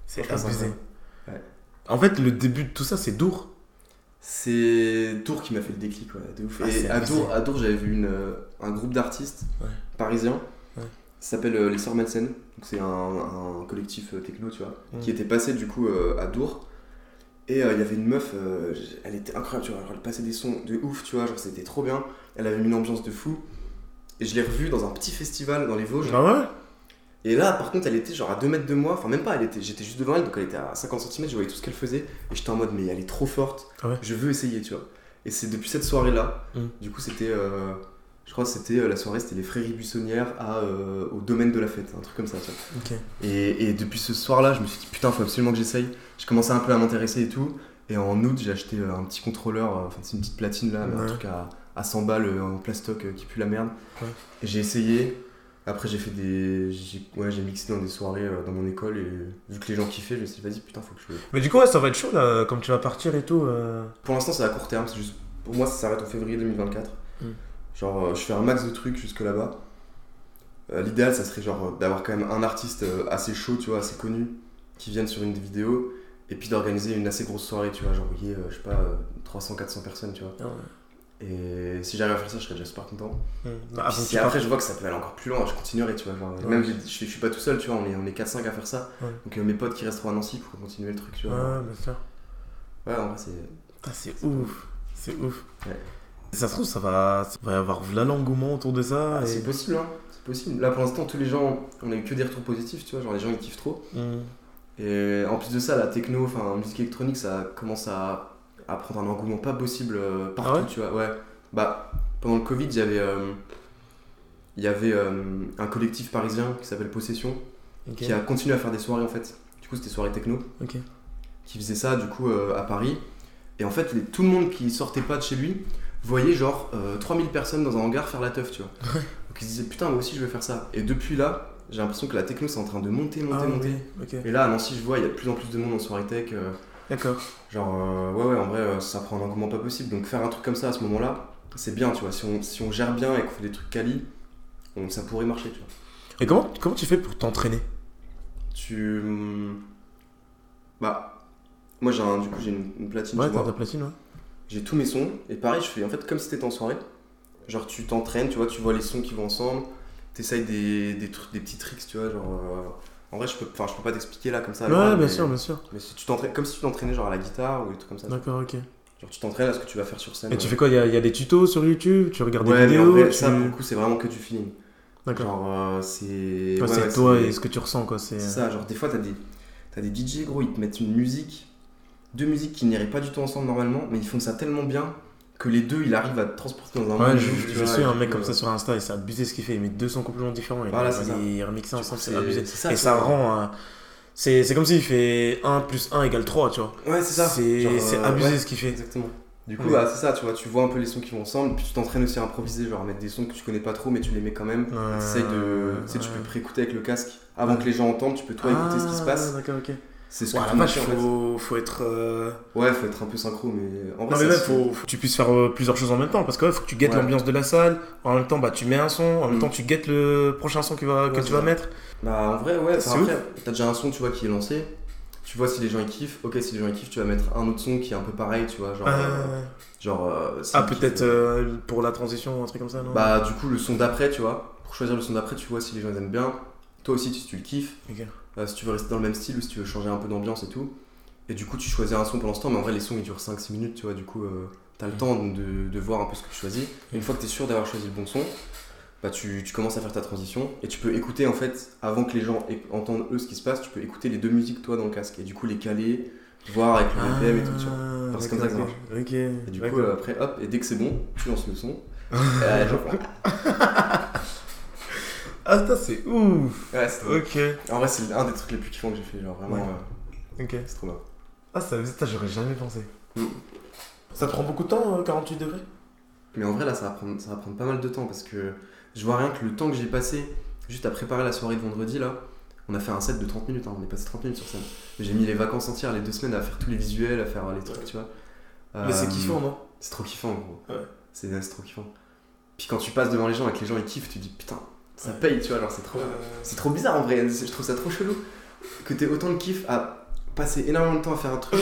Speaker 1: c'est
Speaker 2: Franchement, c'est
Speaker 1: abusé.
Speaker 2: incroyable.
Speaker 1: En fait le début de tout ça c'est dur.
Speaker 2: c'est Tours qui m'a fait le déclic, ouais, de ouf.
Speaker 1: Ah,
Speaker 2: et
Speaker 1: c'est
Speaker 2: à
Speaker 1: abusé.
Speaker 2: Tours, à Tours, j'avais vu une, euh, un groupe d'artistes
Speaker 1: Ouais.
Speaker 2: parisiens.
Speaker 1: Ouais.
Speaker 2: Ça s'appelle euh, les Sœurs Madsen. Donc c'est un, un collectif euh, techno, tu vois,
Speaker 1: Mm.
Speaker 2: qui était passé du coup euh, à Tours. Et euh, il y avait une meuf, euh, j- elle était incroyable, tu vois, genre, elle passait des sons de ouf, tu vois, genre c'était trop bien. Elle avait une ambiance de fou. Et je l'ai revue dans un petit festival dans les Vosges.
Speaker 1: Ah ouais
Speaker 2: Et là, par contre, elle était genre à 2 mètres de moi, enfin même pas, elle était, j'étais juste devant elle, donc elle était à 50 cm, je voyais tout ce qu'elle faisait, et j'étais en mode, mais elle est trop forte,
Speaker 1: Ah ouais.
Speaker 2: je veux essayer, tu vois. Et c'est depuis cette soirée-là,
Speaker 1: Mm.
Speaker 2: du coup, c'était, euh, je crois que c'était euh, la soirée, c'était les Fréries Buissonnières à, euh, au domaine de la fête, un truc comme ça, tu vois.
Speaker 1: Ok.
Speaker 2: Et, et depuis ce soir-là, je me suis dit, putain, faut absolument que j'essaye. Je commençais un peu à m'intéresser et tout, et en août, j'ai acheté euh, un petit contrôleur, euh, enfin, c'est une petite platine là, mais un
Speaker 1: Ouais.
Speaker 2: truc à, à 100 balles euh, en plastoc euh, qui pue la merde.
Speaker 1: Ouais.
Speaker 2: Et j'ai essayé. Après, j'ai fait des. J'ai... Ouais, j'ai mixé dans des soirées euh, dans mon école et vu que les gens kiffaient, je me suis dit, vas-y, putain, faut que je.
Speaker 1: Mais du coup, ouais, ça va être chaud là, comme tu vas partir et tout. euh.
Speaker 2: Pour l'instant, c'est à court terme, c'est juste. Pour moi, ça s'arrête en février 2024.
Speaker 1: Mm.
Speaker 2: Genre, euh, je fais un max de trucs jusque là-bas. Euh, L'idéal, ça serait genre euh, d'avoir quand même un artiste euh, assez chaud, tu vois, assez connu, qui vienne sur une vidéo, et puis d'organiser une assez grosse soirée, tu vois, genre, il y ait, euh, je sais pas, euh, 300, 400 personnes, tu vois. Et si j'arrive à faire ça, je serais déjà super content.
Speaker 1: Hmm.
Speaker 2: Puis
Speaker 1: Avant que
Speaker 2: si
Speaker 1: tu
Speaker 2: après je vois que ça peut aller encore plus loin, je continuerai, tu vois. genre, euh,
Speaker 1: Ouais.
Speaker 2: Même je, je suis- je suis pas tout seul, tu vois, on est, on est 4-5 à faire ça.
Speaker 1: Ouais.
Speaker 2: Donc euh, mes potes qui resteront à Nancy pour continuer le truc, tu
Speaker 1: partes.
Speaker 2: vois.
Speaker 1: Ouais, bien sûr.
Speaker 2: Ouais, en vrai, c'est.
Speaker 1: Putain, c'est ouf. C'est ouf.
Speaker 2: Ouais.
Speaker 1: Ça se trouve, ça va, ça va y avoir là l'engouement autour de ça.
Speaker 2: Ah,
Speaker 1: et-
Speaker 2: c'est possible, hein. C'est possible. Là pour l'instant, tous les gens, on a eu que des retours positifs, tu vois. Genre les gens ils kiffent trop.
Speaker 1: Hmm.
Speaker 2: Et en plus de ça, la techno, enfin, musique électronique, ça commence à, à prendre un engouement pas possible euh, partout,
Speaker 1: Ah ouais
Speaker 2: tu vois. Ouais. Bah, pendant le Covid, il y avait, euh, il y avait euh, un collectif parisien qui s'appelle Possession.
Speaker 1: Ok.
Speaker 2: qui a continué à faire des soirées en fait. Du coup, c'était soirée techno.
Speaker 1: Ok.
Speaker 2: Qui faisait ça du coup euh, à Paris. Et en fait, les- tout le monde qui sortait pas de chez lui voyait genre euh, 3000 personnes dans un hangar faire la teuf, tu vois. Donc ils se disaient putain, moi aussi je veux faire ça. Et depuis là, j'ai l'impression que la techno c'est en train de monter, monter,
Speaker 1: Ah,
Speaker 2: monter.
Speaker 1: oui, ok.
Speaker 2: Et là, à Nancy, je vois, il y a de plus en plus de monde en soirée tech. euh,
Speaker 1: D'accord.
Speaker 2: genre, euh, ouais, ouais, en vrai, euh, ça prend un engouement pas possible. Donc faire un truc comme ça à ce moment-là, c'est bien, tu vois. Si on, si on gère bien et qu'on fait des trucs quali, on- ça pourrait marcher, tu vois.
Speaker 1: Et comment, comment tu fais pour t'entraîner
Speaker 2: Tu. hum, Bah. Moi, j'ai un- du coup, j'ai une, une platine,
Speaker 1: Ouais,
Speaker 2: tu
Speaker 1: t'as
Speaker 2: vois.
Speaker 1: ta platine, ouais.
Speaker 2: J'ai tous mes sons. Et pareil, je fais en fait comme si t'étais en soirée. Genre, tu t'entraînes, tu vois, tu vois les sons qui vont ensemble. T'essayes des, des, tru- des petits tricks, tu vois. Genre. euh, En vrai, je peux, enfin, je peux pas t'expliquer là comme ça. à
Speaker 1: ouais,
Speaker 2: l'oral,
Speaker 1: bien
Speaker 2: mais-
Speaker 1: sûr, bien sûr.
Speaker 2: Mais si tu t'entraînes, comme si tu t'entraînais genre à la guitare ou des trucs comme ça. tu vois.
Speaker 1: D'accord, ok.
Speaker 2: Genre, tu t'entraînes à ce que tu vas faire sur scène.
Speaker 1: Et tu
Speaker 2: euh.
Speaker 1: fais quoi Il y, a- il y a des tutos sur YouTube Tu regardes
Speaker 2: Ouais,
Speaker 1: des
Speaker 2: mais
Speaker 1: vidéos
Speaker 2: en vrai,
Speaker 1: tu-
Speaker 2: ça, pour le coup, c'est vraiment que du feeling.
Speaker 1: D'accord.
Speaker 2: Genre, euh, c'est.
Speaker 1: Ouais,
Speaker 2: ouais,
Speaker 1: c'est
Speaker 2: ouais,
Speaker 1: toi
Speaker 2: c'est-
Speaker 1: et ce que tu ressens, quoi. C'est
Speaker 2: C'est ça, genre des fois t'as des, t'as des DJ gros, ils te mettent une musique, deux musiques qui n'iraient pas du tout ensemble normalement, mais ils font ça tellement bien que les deux ils arrivent à te transporter dans un
Speaker 1: euh, Ouais,
Speaker 2: monde.
Speaker 1: je,
Speaker 2: où,
Speaker 1: je
Speaker 2: tu vois,
Speaker 1: suis un
Speaker 2: et
Speaker 1: mec
Speaker 2: que,
Speaker 1: comme ça
Speaker 2: euh,
Speaker 1: sur Insta et c'est abusé ce qu'il fait. Il met 200 compléments différents et
Speaker 2: Voilà,
Speaker 1: il va
Speaker 2: c'est ça.
Speaker 1: les remixer
Speaker 2: du coup,
Speaker 1: ensemble, c'est abusé.
Speaker 2: c'est ça,
Speaker 1: et
Speaker 2: tu
Speaker 1: ça
Speaker 2: vois.
Speaker 1: rend. un- C'est c'est comme s'il fait 1 plus 1 égale 3, tu vois.
Speaker 2: Ouais, c'est ça.
Speaker 1: C'est
Speaker 2: Genre,
Speaker 1: c'est
Speaker 2: euh,
Speaker 1: abusé
Speaker 2: ouais,
Speaker 1: ce qu'il fait.
Speaker 2: exactement. Du coup,
Speaker 1: Ouais.
Speaker 2: bah, c'est ça, tu vois, tu vois un peu les sons qui vont ensemble, puis tu t'entraînes aussi à improviser, genre à mettre des sons que tu connais pas trop, mais tu les mets quand même.
Speaker 1: Ouais.
Speaker 2: T'essayes de. Tu sais, tu
Speaker 1: Ouais.
Speaker 2: peux préécouter avec le casque avant que les gens entendent, tu peux toi écouter ce qui se
Speaker 1: Ah,
Speaker 2: passe.
Speaker 1: D'accord, ok.
Speaker 2: C'est ce que
Speaker 1: Ouais, la
Speaker 2: tu
Speaker 1: vache,
Speaker 2: fais, en fait.
Speaker 1: faut, faut être. euh,
Speaker 2: Ouais, faut être un peu synchro, mais en vrai,
Speaker 1: Non, mais
Speaker 2: ça
Speaker 1: même,
Speaker 2: se-
Speaker 1: faut, faut que tu puisses faire euh, plusieurs choses en même temps. Parce que, ouais, faut que tu guettes
Speaker 2: Ouais.
Speaker 1: l'ambiance de la salle. En même temps, bah, tu mets un son. En même
Speaker 2: Mm.
Speaker 1: temps, tu guettes le prochain son que, va, que
Speaker 2: Ouais,
Speaker 1: tu
Speaker 2: c'est
Speaker 1: vas
Speaker 2: ça.
Speaker 1: mettre.
Speaker 2: Bah en vrai ouais,
Speaker 1: C'est
Speaker 2: enfin, après t'as déjà un son tu vois qui est lancé, tu vois si les gens ils kiffent, ok si les gens ils kiffent tu vas mettre un autre son qui est un peu pareil tu vois genre... euh,
Speaker 1: Ah,
Speaker 2: genre euh, si
Speaker 1: ah,
Speaker 2: ils kiffent,
Speaker 1: peut-être
Speaker 2: euh,
Speaker 1: euh, pour la transition, un truc comme ça, non
Speaker 2: Bah du coup le son d'après tu vois, pour choisir le son d'après tu vois si les gens ils aiment bien, toi aussi si tu le kiffes,
Speaker 1: Ok.
Speaker 2: euh, si tu veux rester dans le même style ou si tu veux changer un peu d'ambiance et tout, et du coup tu choisis un son pendant ce temps mais en vrai les sons ils durent 5-6 minutes tu vois du coup euh, t'as le
Speaker 1: Mm.
Speaker 2: temps de, de voir un peu ce que tu choisis,
Speaker 1: Mm.
Speaker 2: Et une fois que t'es sûr d'avoir choisi le bon son, bah tu, tu commences à faire ta transition et tu peux écouter en fait avant que les gens é- entendent eux ce qui se passe, tu peux écouter les deux musiques toi dans le casque et du coup les caler, voir avec le BPM et tout. tu vois.
Speaker 1: Ah,
Speaker 2: Parce que comme ça, ça
Speaker 1: d'accord, Ok.
Speaker 2: Et du
Speaker 1: d'accord.
Speaker 2: coup euh, après hop et dès que c'est bon, tu lances le son. Euh, genre,
Speaker 1: Ah, putain, c'est ouf
Speaker 2: ouais, c'est trop-
Speaker 1: Ok.
Speaker 2: en vrai c'est un des trucs les plus kiffants que j'ai fait genre vraiment
Speaker 1: Ouais.
Speaker 2: euh,
Speaker 1: Ok.
Speaker 2: c'est trop bien.
Speaker 1: Ah, ça, ça j'aurais jamais pensé.
Speaker 2: Mm.
Speaker 1: Ça te prend beaucoup de temps, euh, 48 degrés
Speaker 2: Mais en vrai là ça va prendre ça va prendre pas mal de temps parce que je vois rien que le temps que j'ai passé juste à préparer la soirée de vendredi là. On a fait un set de 30 minutes, hein, on est passé 30 minutes sur scène. J'ai mis les vacances entières, les deux semaines à faire tous les visuels, à faire les trucs, tu vois.
Speaker 1: Mais c'est
Speaker 2: Euh,
Speaker 1: kiffant, non
Speaker 2: C'est trop kiffant, gros.
Speaker 1: Ouais.
Speaker 2: C'est c'est trop kiffant. Puis quand tu passes devant les gens et que les gens ils kiffent, tu te dis putain, ça
Speaker 1: Ouais.
Speaker 2: paye, tu vois, genre c'est trop. C'est trop bizarre en vrai, je trouve ça trop chelou. Que t'aies autant de kiff à passer énormément de temps à faire un truc,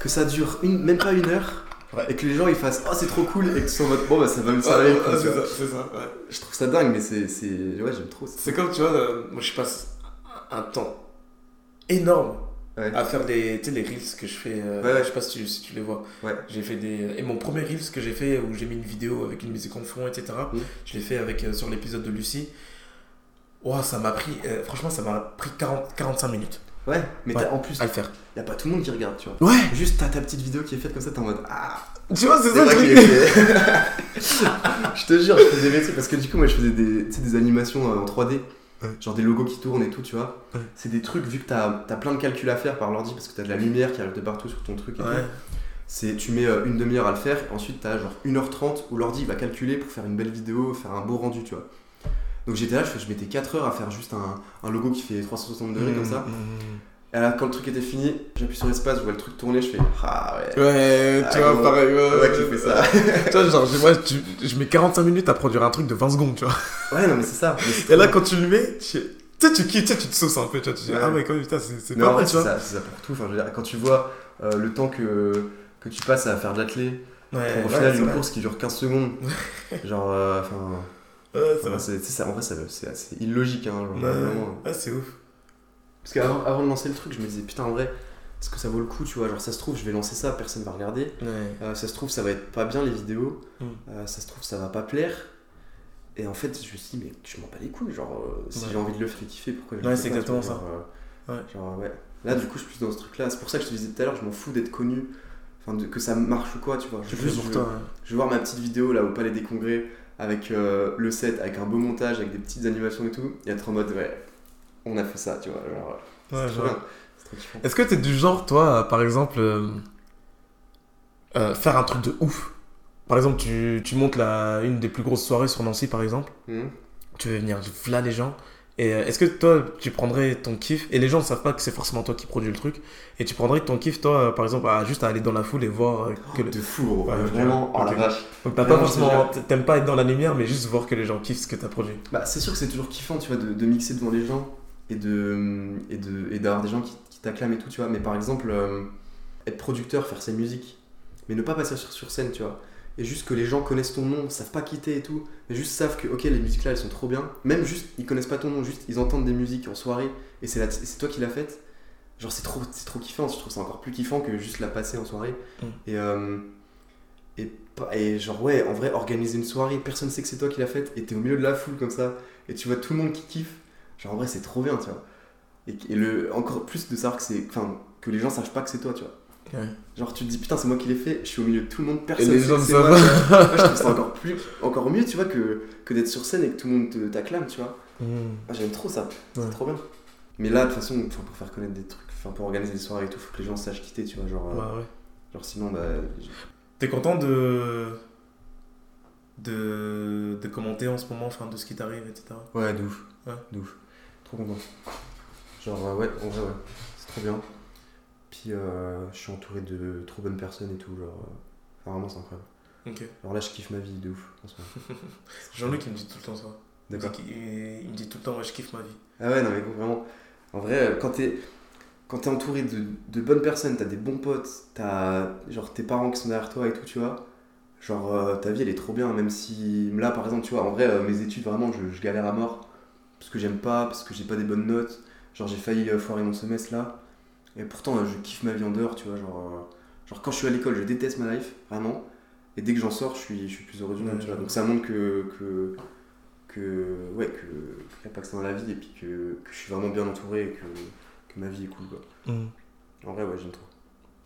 Speaker 2: que ça dure une, même pas une heure,
Speaker 1: Ouais.
Speaker 2: Et que les gens ils fassent Ah, c'est trop cool et que tu sois en mode Bon, bah ça va me servir. quoi, tu
Speaker 1: Ah, c'est
Speaker 2: vois.
Speaker 1: ça, c'est ça. ouais.
Speaker 2: Je trouve ça dingue, mais c'est. c'est- Ouais, j'aime trop ça.
Speaker 1: C'est comme, tu vois, euh, moi je passe un temps énorme
Speaker 2: Ouais.
Speaker 1: à faire des, tu sais, les reels que je fais. euh,
Speaker 2: Ouais, ouais.
Speaker 1: Je sais pas si tu, si tu les vois.
Speaker 2: Ouais.
Speaker 1: J'ai fait des. Et mon premier reels que j'ai fait où j'ai mis une vidéo avec une musique en fond, etc.
Speaker 2: Mm.
Speaker 1: Je l'ai fait avec euh, sur l'épisode de Lucie. Ouah, ça m'a pris. euh, franchement, ça m'a pris 40, 45 minutes
Speaker 2: Ouais, mais t'as- en plus,
Speaker 1: à le faire.
Speaker 2: y a pas tout le monde qui regarde, tu vois.
Speaker 1: Ouais.
Speaker 2: Juste t'as ta petite vidéo qui est faite comme ça, t'es en mode Ah
Speaker 1: Tu vois, c'est
Speaker 2: c'est
Speaker 1: ça
Speaker 2: vrai
Speaker 1: le
Speaker 2: qu'il
Speaker 1: truc.
Speaker 2: est fait. Je te jure, je faisais des trucs parce que du coup, moi je faisais des, tu sais, des animations euh, en 3D,
Speaker 1: Ouais.
Speaker 2: genre des logos qui tournent et tout, tu vois.
Speaker 1: Ouais.
Speaker 2: C'est des trucs, vu que t'as as plein de calculs à faire par l'ordi parce que t'as de la lumière qui arrive de partout sur ton truc et
Speaker 1: Ouais.
Speaker 2: tout. C'est, tu mets euh, une demi-heure à le faire, ensuite t'as genre 1h30 où l'ordi il va calculer pour faire une belle vidéo, faire un beau rendu, tu vois. Donc j'étais là, je, je mettais 4 heures à faire juste un, un logo qui fait 360 degrés
Speaker 1: Mm.
Speaker 2: comme ça. Et là, quand le truc était fini, j'appuie sur espace, je vois le truc tourner, je fais Ah ouais,
Speaker 1: Ouais,
Speaker 2: tu vois,
Speaker 1: pareil.
Speaker 2: c'est moi qui fais ça.
Speaker 1: tu vois, genre, je- moi, tu- je mets 45 minutes à produire un truc de 20 secondes, tu vois.
Speaker 2: ouais, non, mais c'est ça. Mais c'est
Speaker 1: Et
Speaker 2: trop
Speaker 1: là,
Speaker 2: bien.
Speaker 1: quand tu le mets, tu tu sais, tu kiffes, tu sais, tu te sauces un peu, tu vois. Tu dis,
Speaker 2: Ouais.
Speaker 1: ah ouais, quand même, putain, c'est c'est
Speaker 2: Mais
Speaker 1: pas
Speaker 2: en
Speaker 1: mal,
Speaker 2: vrai,
Speaker 1: tu
Speaker 2: c'est
Speaker 1: vois.
Speaker 2: ça, c'est ça pour tout. Enfin, je veux dire, quand tu vois euh, le temps que, que tu passes à faire de l'athlé,
Speaker 1: Ouais,
Speaker 2: pour au
Speaker 1: Eh, ouais,
Speaker 2: final
Speaker 1: c'est
Speaker 2: une
Speaker 1: vrai.
Speaker 2: course qui dure 15 secondes, genre, euh, enfin,
Speaker 1: Ouais, c'est
Speaker 2: enfin,
Speaker 1: vrai.
Speaker 2: c'est c'est ça, en vrai, ça- c'est assez illogique, hein, genre,
Speaker 1: Ouais.
Speaker 2: vraiment.
Speaker 1: Ah, c'est ouf.
Speaker 2: Parce qu'avant avant de lancer le truc, je me disais, putain, en vrai, est-ce que ça vaut le coup, tu vois, genre, ça se trouve, je vais lancer ça, personne va regarder.
Speaker 1: Ouais.
Speaker 2: Euh, ça se trouve, ça va être pas bien les vidéos.
Speaker 1: Mm.
Speaker 2: Euh, ça se trouve, ça va pas plaire. Et en fait, je me suis dit, mais je m'en bats les couilles. Genre, euh, si
Speaker 1: Ouais.
Speaker 2: j'ai envie de le faire kiffer, pourquoi je
Speaker 1: Ouais,
Speaker 2: le
Speaker 1: c'est
Speaker 2: fais pas,
Speaker 1: exactement
Speaker 2: tu vois,
Speaker 1: ça.
Speaker 2: genre, euh,
Speaker 1: Ouais.
Speaker 2: genre, ouais. Là, du coup, je suis plus dans ce truc-là. C'est pour ça que je te disais tout à l'heure, je m'en fous d'être connu. Enfin, de- que ça marche ou quoi, tu vois. Je,
Speaker 1: C'est
Speaker 2: veux-
Speaker 1: plus
Speaker 2: je
Speaker 1: pour
Speaker 2: veux-
Speaker 1: toi.
Speaker 2: je vais voir ma petite vidéo là au Palais des Congrès avec euh, le set, avec un beau montage, avec des petites animations et tout. Et être en mode, ouais, on a fait ça, tu vois. Genre,
Speaker 1: Ouais,
Speaker 2: c'est trop
Speaker 1: genre.
Speaker 2: bien. C'est trop kiffant.
Speaker 1: Est-ce que t'es du genre, toi, à, par exemple, euh, euh, faire un truc de ouf Par exemple, tu, tu montes la, une des plus grosses soirées sur Nancy, par exemple.
Speaker 2: Mhm.
Speaker 1: Tu veux venir là les gens. Et euh, est-ce que toi, tu prendrais ton kiff Et les gens ne savent pas que c'est forcément toi qui produis le truc. Et tu prendrais ton kiff, toi, euh, par exemple, à, juste à aller dans la foule et voir euh, que le.
Speaker 2: De fou, gros.
Speaker 1: Ouais,
Speaker 2: vraiment, oh la
Speaker 1: ok.
Speaker 2: vache.
Speaker 1: Donc, t'as
Speaker 2: Ouais,
Speaker 1: pas
Speaker 2: non,
Speaker 1: forcément. T'aimes pas être dans la lumière, mais juste voir que les gens kiffent ce que t'as produit.
Speaker 2: Bah, c'est sûr que c'est toujours kiffant, tu vois, de, de mixer devant les gens et de et de et d'avoir des gens qui, qui t'acclament et tout, tu vois. Mais par exemple, euh, être producteur, faire ses musiques, mais ne pas passer sur, sur scène, tu vois. Et juste que les gens connaissent ton nom, savent pas quitter et tout, mais juste savent que ok les musiques là elles sont trop bien. Même juste ils connaissent pas ton nom, juste ils entendent des musiques en soirée et c'est la- et c'est toi qui l'as faite. Genre c'est trop c'est trop kiffant, je trouve ça encore plus kiffant que juste la passer en soirée.
Speaker 1: Mm.
Speaker 2: Et euh, et, pas- et genre ouais en vrai organiser une soirée, personne sait que c'est toi qui l'as faite et t'es au milieu de la foule comme ça et tu vois tout le monde qui kiffe, genre en vrai c'est trop bien, tu vois. Et, et le, encore plus de savoir que c'est, enfin, que les gens sachent pas que c'est toi, tu vois.
Speaker 1: Ouais.
Speaker 2: Genre tu te dis putain c'est moi qui l'ai fait, je suis au milieu de tout le monde, personne.
Speaker 1: Et les
Speaker 2: sait
Speaker 1: gens
Speaker 2: que
Speaker 1: ne
Speaker 2: c'est
Speaker 1: savent
Speaker 2: moi, tu vois. Moi, je trouve ça encore plus, encore mieux, tu vois, que, que d'être sur scène et que tout le monde te- t'acclame, tu vois.
Speaker 1: Hmm.
Speaker 2: Ah, J'aime trop ça,
Speaker 1: Ouais.
Speaker 2: c'est trop bien. Mais là de toute façon, enfin, pour faire connaître des trucs, enfin pour organiser des soirées et tout, faut que les gens sachent quitter, tu vois, genre, euh,
Speaker 1: Ouais, ouais.
Speaker 2: genre sinon bah. j-
Speaker 1: T'es content de... de. de commenter en ce moment, enfin, de ce qui t'arrive, etc.
Speaker 2: Ouais, de ouf.
Speaker 1: Ouais.
Speaker 2: De ouf. Trop content. Genre, euh, ouais, en vrai, ouais. C'est trop bien. Puis, euh, je suis entouré de trop bonnes personnes et tout. Genre, euh, enfin, vraiment, c'est incroyable.
Speaker 1: Ok.
Speaker 2: Alors là, je kiffe ma vie de ouf. en ce moment.
Speaker 1: Jean-Luc, il me dit tout le temps ça. Il me dit
Speaker 2: D'accord.
Speaker 1: qu'il- Il me dit tout le temps, ouais, je kiffe ma vie.
Speaker 2: Ah ouais, non, mais gros, vraiment. En vrai, euh, quand t'es. Quand t'es entouré de, de bonnes personnes, t'as des bons potes, t'as genre tes parents qui sont derrière toi et tout, tu vois. Genre euh, ta vie elle est trop bien, même si là par exemple, tu vois, en vrai, euh, mes études vraiment, je, je galère à mort parce que j'aime pas, parce que j'ai pas des bonnes notes. Genre j'ai failli euh, foirer mon semestre là. Et pourtant euh, je kiffe ma vie en dehors, tu vois. Genre, euh, genre quand je suis à l'école, je déteste ma life, vraiment. Et dès que j'en sors, je suis, je suis plus heureux du monde,
Speaker 1: Ouais,
Speaker 2: tu vois.
Speaker 1: je
Speaker 2: Donc
Speaker 1: vois.
Speaker 2: ça montre que. que que ouais que y a pas que ça dans la vie et puis que, que je suis vraiment bien entouré et que, que ma vie est cool quoi en vrai ouais j'aime trop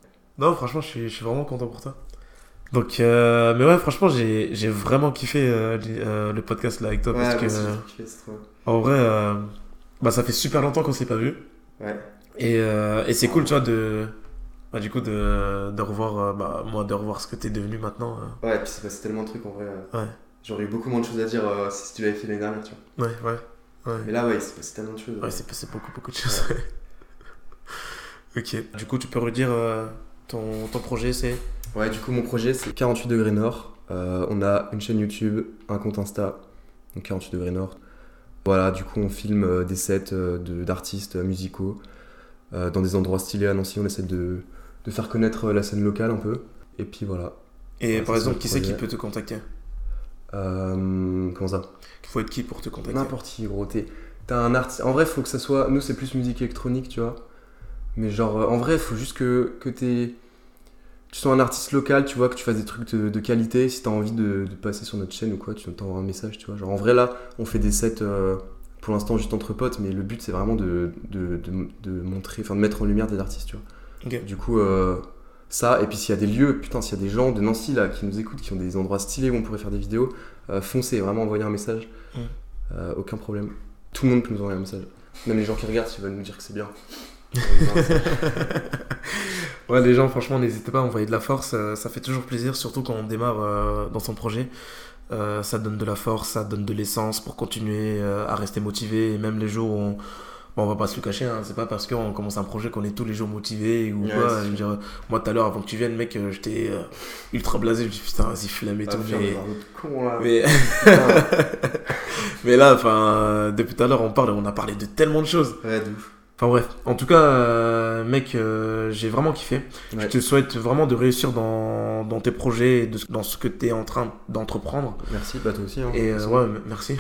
Speaker 1: Hmm. Non, franchement, je suis, je suis vraiment content pour toi. Donc, euh, mais ouais, franchement, j'ai j'ai vraiment kiffé euh, li- euh, le podcast là avec toi
Speaker 2: ouais
Speaker 1: parce
Speaker 2: moi
Speaker 1: que,
Speaker 2: aussi, j'ai
Speaker 1: euh,
Speaker 2: trop kiffé, c'est trop bien.
Speaker 1: en vrai, euh, bah, ça fait super longtemps qu'on s'est pas vu.
Speaker 2: Ouais.
Speaker 1: Et, euh, et c'est cool, tu vois, de. bah, du coup, de, de revoir, euh, bah, moi, de revoir ce que t'es devenu maintenant. euh.
Speaker 2: Ouais, puis c'est passé tellement de trucs en vrai. euh,
Speaker 1: Ouais.
Speaker 2: J'aurais eu beaucoup moins de choses à dire euh, si tu l'avais fait l'année dernière, tu vois.
Speaker 1: Ouais, ouais. Ouais,
Speaker 2: Mais là, ouais, il s'est passé tellement de choses.
Speaker 1: ouais c'est passé beaucoup, beaucoup de choses. ok. Du coup, tu peux redire euh, ton, ton projet, c'est.
Speaker 2: Ouais, du coup, mon projet, c'est 48 degrés nord. Euh, on a une chaîne YouTube, un compte Insta, donc 48 degrés nord. Voilà, du coup, on filme euh, des sets euh, de- d'artistes euh, musicaux euh, dans des endroits stylés à Nancy. On essaie de, de faire connaître euh, la scène locale un peu. Et puis voilà.
Speaker 1: Et
Speaker 2: Ouais,
Speaker 1: par
Speaker 2: ça, c'est
Speaker 1: exemple,
Speaker 2: le
Speaker 1: qui c'est qui
Speaker 2: projet.
Speaker 1: peut te contacter
Speaker 2: Euh, comment ça
Speaker 1: Il faut être qui pour te contacter
Speaker 2: N'importe qui, gros. t'es- T'as un artiste. En vrai, faut que ça soit. Nous, c'est plus musique électronique, tu vois. Mais genre, euh, en vrai, faut juste que, que t'es. Tu sois un artiste local, tu vois, que tu fasses des trucs de, de qualité. Si t'as envie de, de passer sur notre chaîne ou quoi, tu t'envoies un message, tu vois. Genre, en vrai, là, on fait des sets euh, pour l'instant juste entre potes, mais le but, c'est vraiment de, de, de- de montrer, enfin, de mettre en lumière des artistes, tu vois.
Speaker 1: Ok.
Speaker 2: Du coup, euh, ça, et puis s'il y a des lieux, putain, s'il y a des gens de Nancy là qui nous écoutent, qui ont des endroits stylés où on pourrait faire des vidéos, euh, foncez, vraiment envoyez un message.
Speaker 1: Mm.
Speaker 2: Euh, aucun problème. Tout le monde peut nous envoyer un message. Même les gens qui regardent, s'ils veulent nous dire que c'est bien.
Speaker 1: Ah,
Speaker 2: Euh,
Speaker 1: Ouais, les gens, franchement, n'hésitez pas à envoyer de la force. euh, ça fait toujours plaisir, surtout quand on démarre euh, dans son projet. Euh, ça donne de la force, ça donne de l'essence pour continuer euh, à rester motivé. Et même les jours où on. Bon, on va pas se le cacher, hein, c'est pas parce qu'on commence un projet qu'on est tous les jours motivé ou
Speaker 2: Ouais,
Speaker 1: quoi.
Speaker 2: c'est
Speaker 1: Je veux
Speaker 2: sûr.
Speaker 1: dire, moi, tout à l'heure, avant que tu viennes, mec, euh, j'étais euh, ultra blasé. Je me dis putain, vas-y, flemme et
Speaker 2: Ah,
Speaker 1: tout.
Speaker 2: putain,
Speaker 1: mais-
Speaker 2: on a un autre con, là.
Speaker 1: mais...
Speaker 2: Putain.
Speaker 1: mais là, enfin, euh, depuis tout à l'heure, on parle, on a parlé de tellement de choses.
Speaker 2: Ouais, de ouf.
Speaker 1: Enfin bref, en tout cas, euh, mec, euh, j'ai vraiment kiffé. Je
Speaker 2: Ouais.
Speaker 1: te souhaite vraiment de réussir dans, dans tes projets, et de, dans ce que tu es en train d'entreprendre.
Speaker 2: Merci, bah toi aussi. Hein,
Speaker 1: Et euh, ouais, m- merci.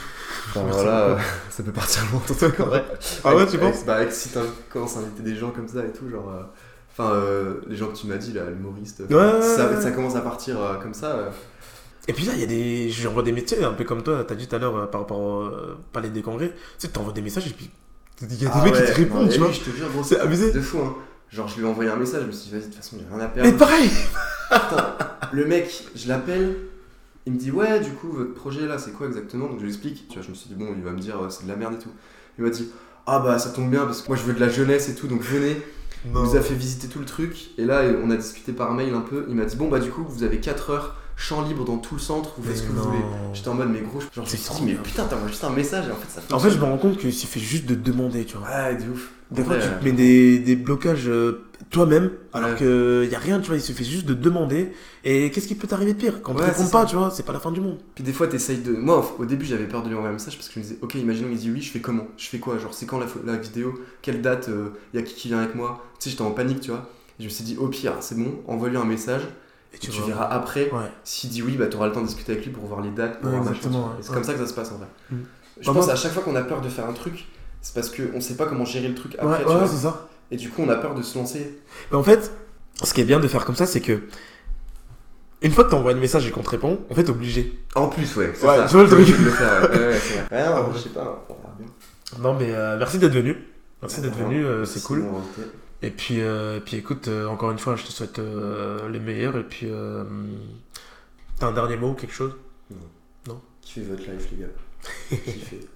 Speaker 2: Enfin,
Speaker 1: merci
Speaker 2: voilà, euh, ça peut partir loin ton truc en vrai.
Speaker 1: Ah ouais, tu
Speaker 2: Avec-
Speaker 1: penses
Speaker 2: Bah, avec- si tu commences à inviter des gens comme ça et tout, genre. euh, Enfin, euh, les gens que tu m'as dit là, l'humoriste.
Speaker 1: Ouais, ouais,
Speaker 2: ça,
Speaker 1: ouais.
Speaker 2: ça commence à partir euh, comme ça. euh,
Speaker 1: Et puis là, il y a des. J'envoie des métiers, un peu comme toi, t'as dit tout à l'heure euh, par rapport au euh, palais des congrès. Tu sais, t'envoies des messages et puis. Il y a des
Speaker 2: Ah
Speaker 1: mecs
Speaker 2: ouais,
Speaker 1: qui te répondent,
Speaker 2: non,
Speaker 1: tu
Speaker 2: et
Speaker 1: vois.
Speaker 2: lui, Je te jure, gros,
Speaker 1: C'est abusé.
Speaker 2: de fou, hein. Genre, je lui ai envoyé un message, je me suis dit, vas-y, de toute façon, il a rien à
Speaker 1: Mais
Speaker 2: perdre.
Speaker 1: pareil
Speaker 2: Le mec, je l'appelle, il me dit, ouais, du coup, votre projet là, c'est quoi exactement Donc, je lui explique. Tu vois, je me suis dit, bon, il va me dire, euh, c'est de la merde et tout. Il m'a dit, ah bah, ça tombe bien, parce que moi, je veux de la jeunesse et tout, donc venez. Il nous a fait visiter tout le truc, et là, on a discuté par mail un peu. Il m'a dit, bon, bah, du coup, vous avez 4 heures, champ libre dans tout le centre, vous faites ce que vous voulez. J'étais en mode, mais gros, genre, je me
Speaker 1: C'est
Speaker 2: suis
Speaker 1: trop
Speaker 2: dit, mais
Speaker 1: bien.
Speaker 2: putain, t'as juste un message, et en fait, ça
Speaker 1: En fait, je me rends compte qu'il suffit juste de demander, tu vois.
Speaker 2: Ouais, de ouf.
Speaker 1: Des fois,
Speaker 2: Ah Ouais.
Speaker 1: tu te mets des, des blocages euh, toi-même, alors
Speaker 2: Ouais.
Speaker 1: que qu'il n'y a rien, tu vois, il suffit juste de demander. Et qu'est-ce qui peut t'arriver de pire Quand on
Speaker 2: Ouais,
Speaker 1: te répond
Speaker 2: c'est
Speaker 1: pas, tu vois, c'est pas la fin du monde.
Speaker 2: Puis des fois, t'essayes de. Moi, au- au début, j'avais peur de lui envoyer un message parce que je me disais, ok, imaginons, il dit oui, je fais comment Je fais quoi Genre, c'est quand la, pho- la vidéo Quelle date euh, Il y a qui qui vient avec moi Tu sais, j'étais en panique, tu vois. Et je me suis dit, au pire, c'est bon, envoie-lui un message
Speaker 1: Et
Speaker 2: et tu, verras après.
Speaker 1: Ouais.
Speaker 2: S'il dit oui, bah, t'auras le temps de discuter avec lui pour voir les dates. Pour
Speaker 1: Ouais,
Speaker 2: voir machin,
Speaker 1: exactement,
Speaker 2: tu vois.
Speaker 1: ouais.
Speaker 2: Et c'est
Speaker 1: Ouais.
Speaker 2: comme ça que ça se passe en vrai.
Speaker 1: Mm.
Speaker 2: Je
Speaker 1: Bah,
Speaker 2: pense
Speaker 1: moi-
Speaker 2: à chaque fois qu'on a peur de faire un truc, c'est parce qu'on sait pas comment gérer le truc après.
Speaker 1: ouais,
Speaker 2: tu
Speaker 1: ouais,
Speaker 2: vois.
Speaker 1: c'est ça.
Speaker 2: et du coup, on a peur de se lancer.
Speaker 1: Mais en fait, ce qui est bien de faire comme ça, c'est que. Une fois que t'envoies le message et qu'on te répond, en fait, t'es obligé.
Speaker 2: En plus, ouais.
Speaker 1: c'est Ouais, ça. tu vois le truc.
Speaker 2: le faire, ouais. Ouais, ouais, c'est vrai. Ouais, non, je sais pas. on verra bien.
Speaker 1: Non, mais euh, merci d'être venu. Merci d'être venu, euh, c'est
Speaker 2: Merci
Speaker 1: cool.
Speaker 2: de m'avoir invité.
Speaker 1: Et puis, euh, puis écoute, euh, encore une fois, je te souhaite euh, le meilleur. Et puis, euh, t'as un dernier mot ou quelque chose
Speaker 2: Kiffez votre life, les gars. Kiffez.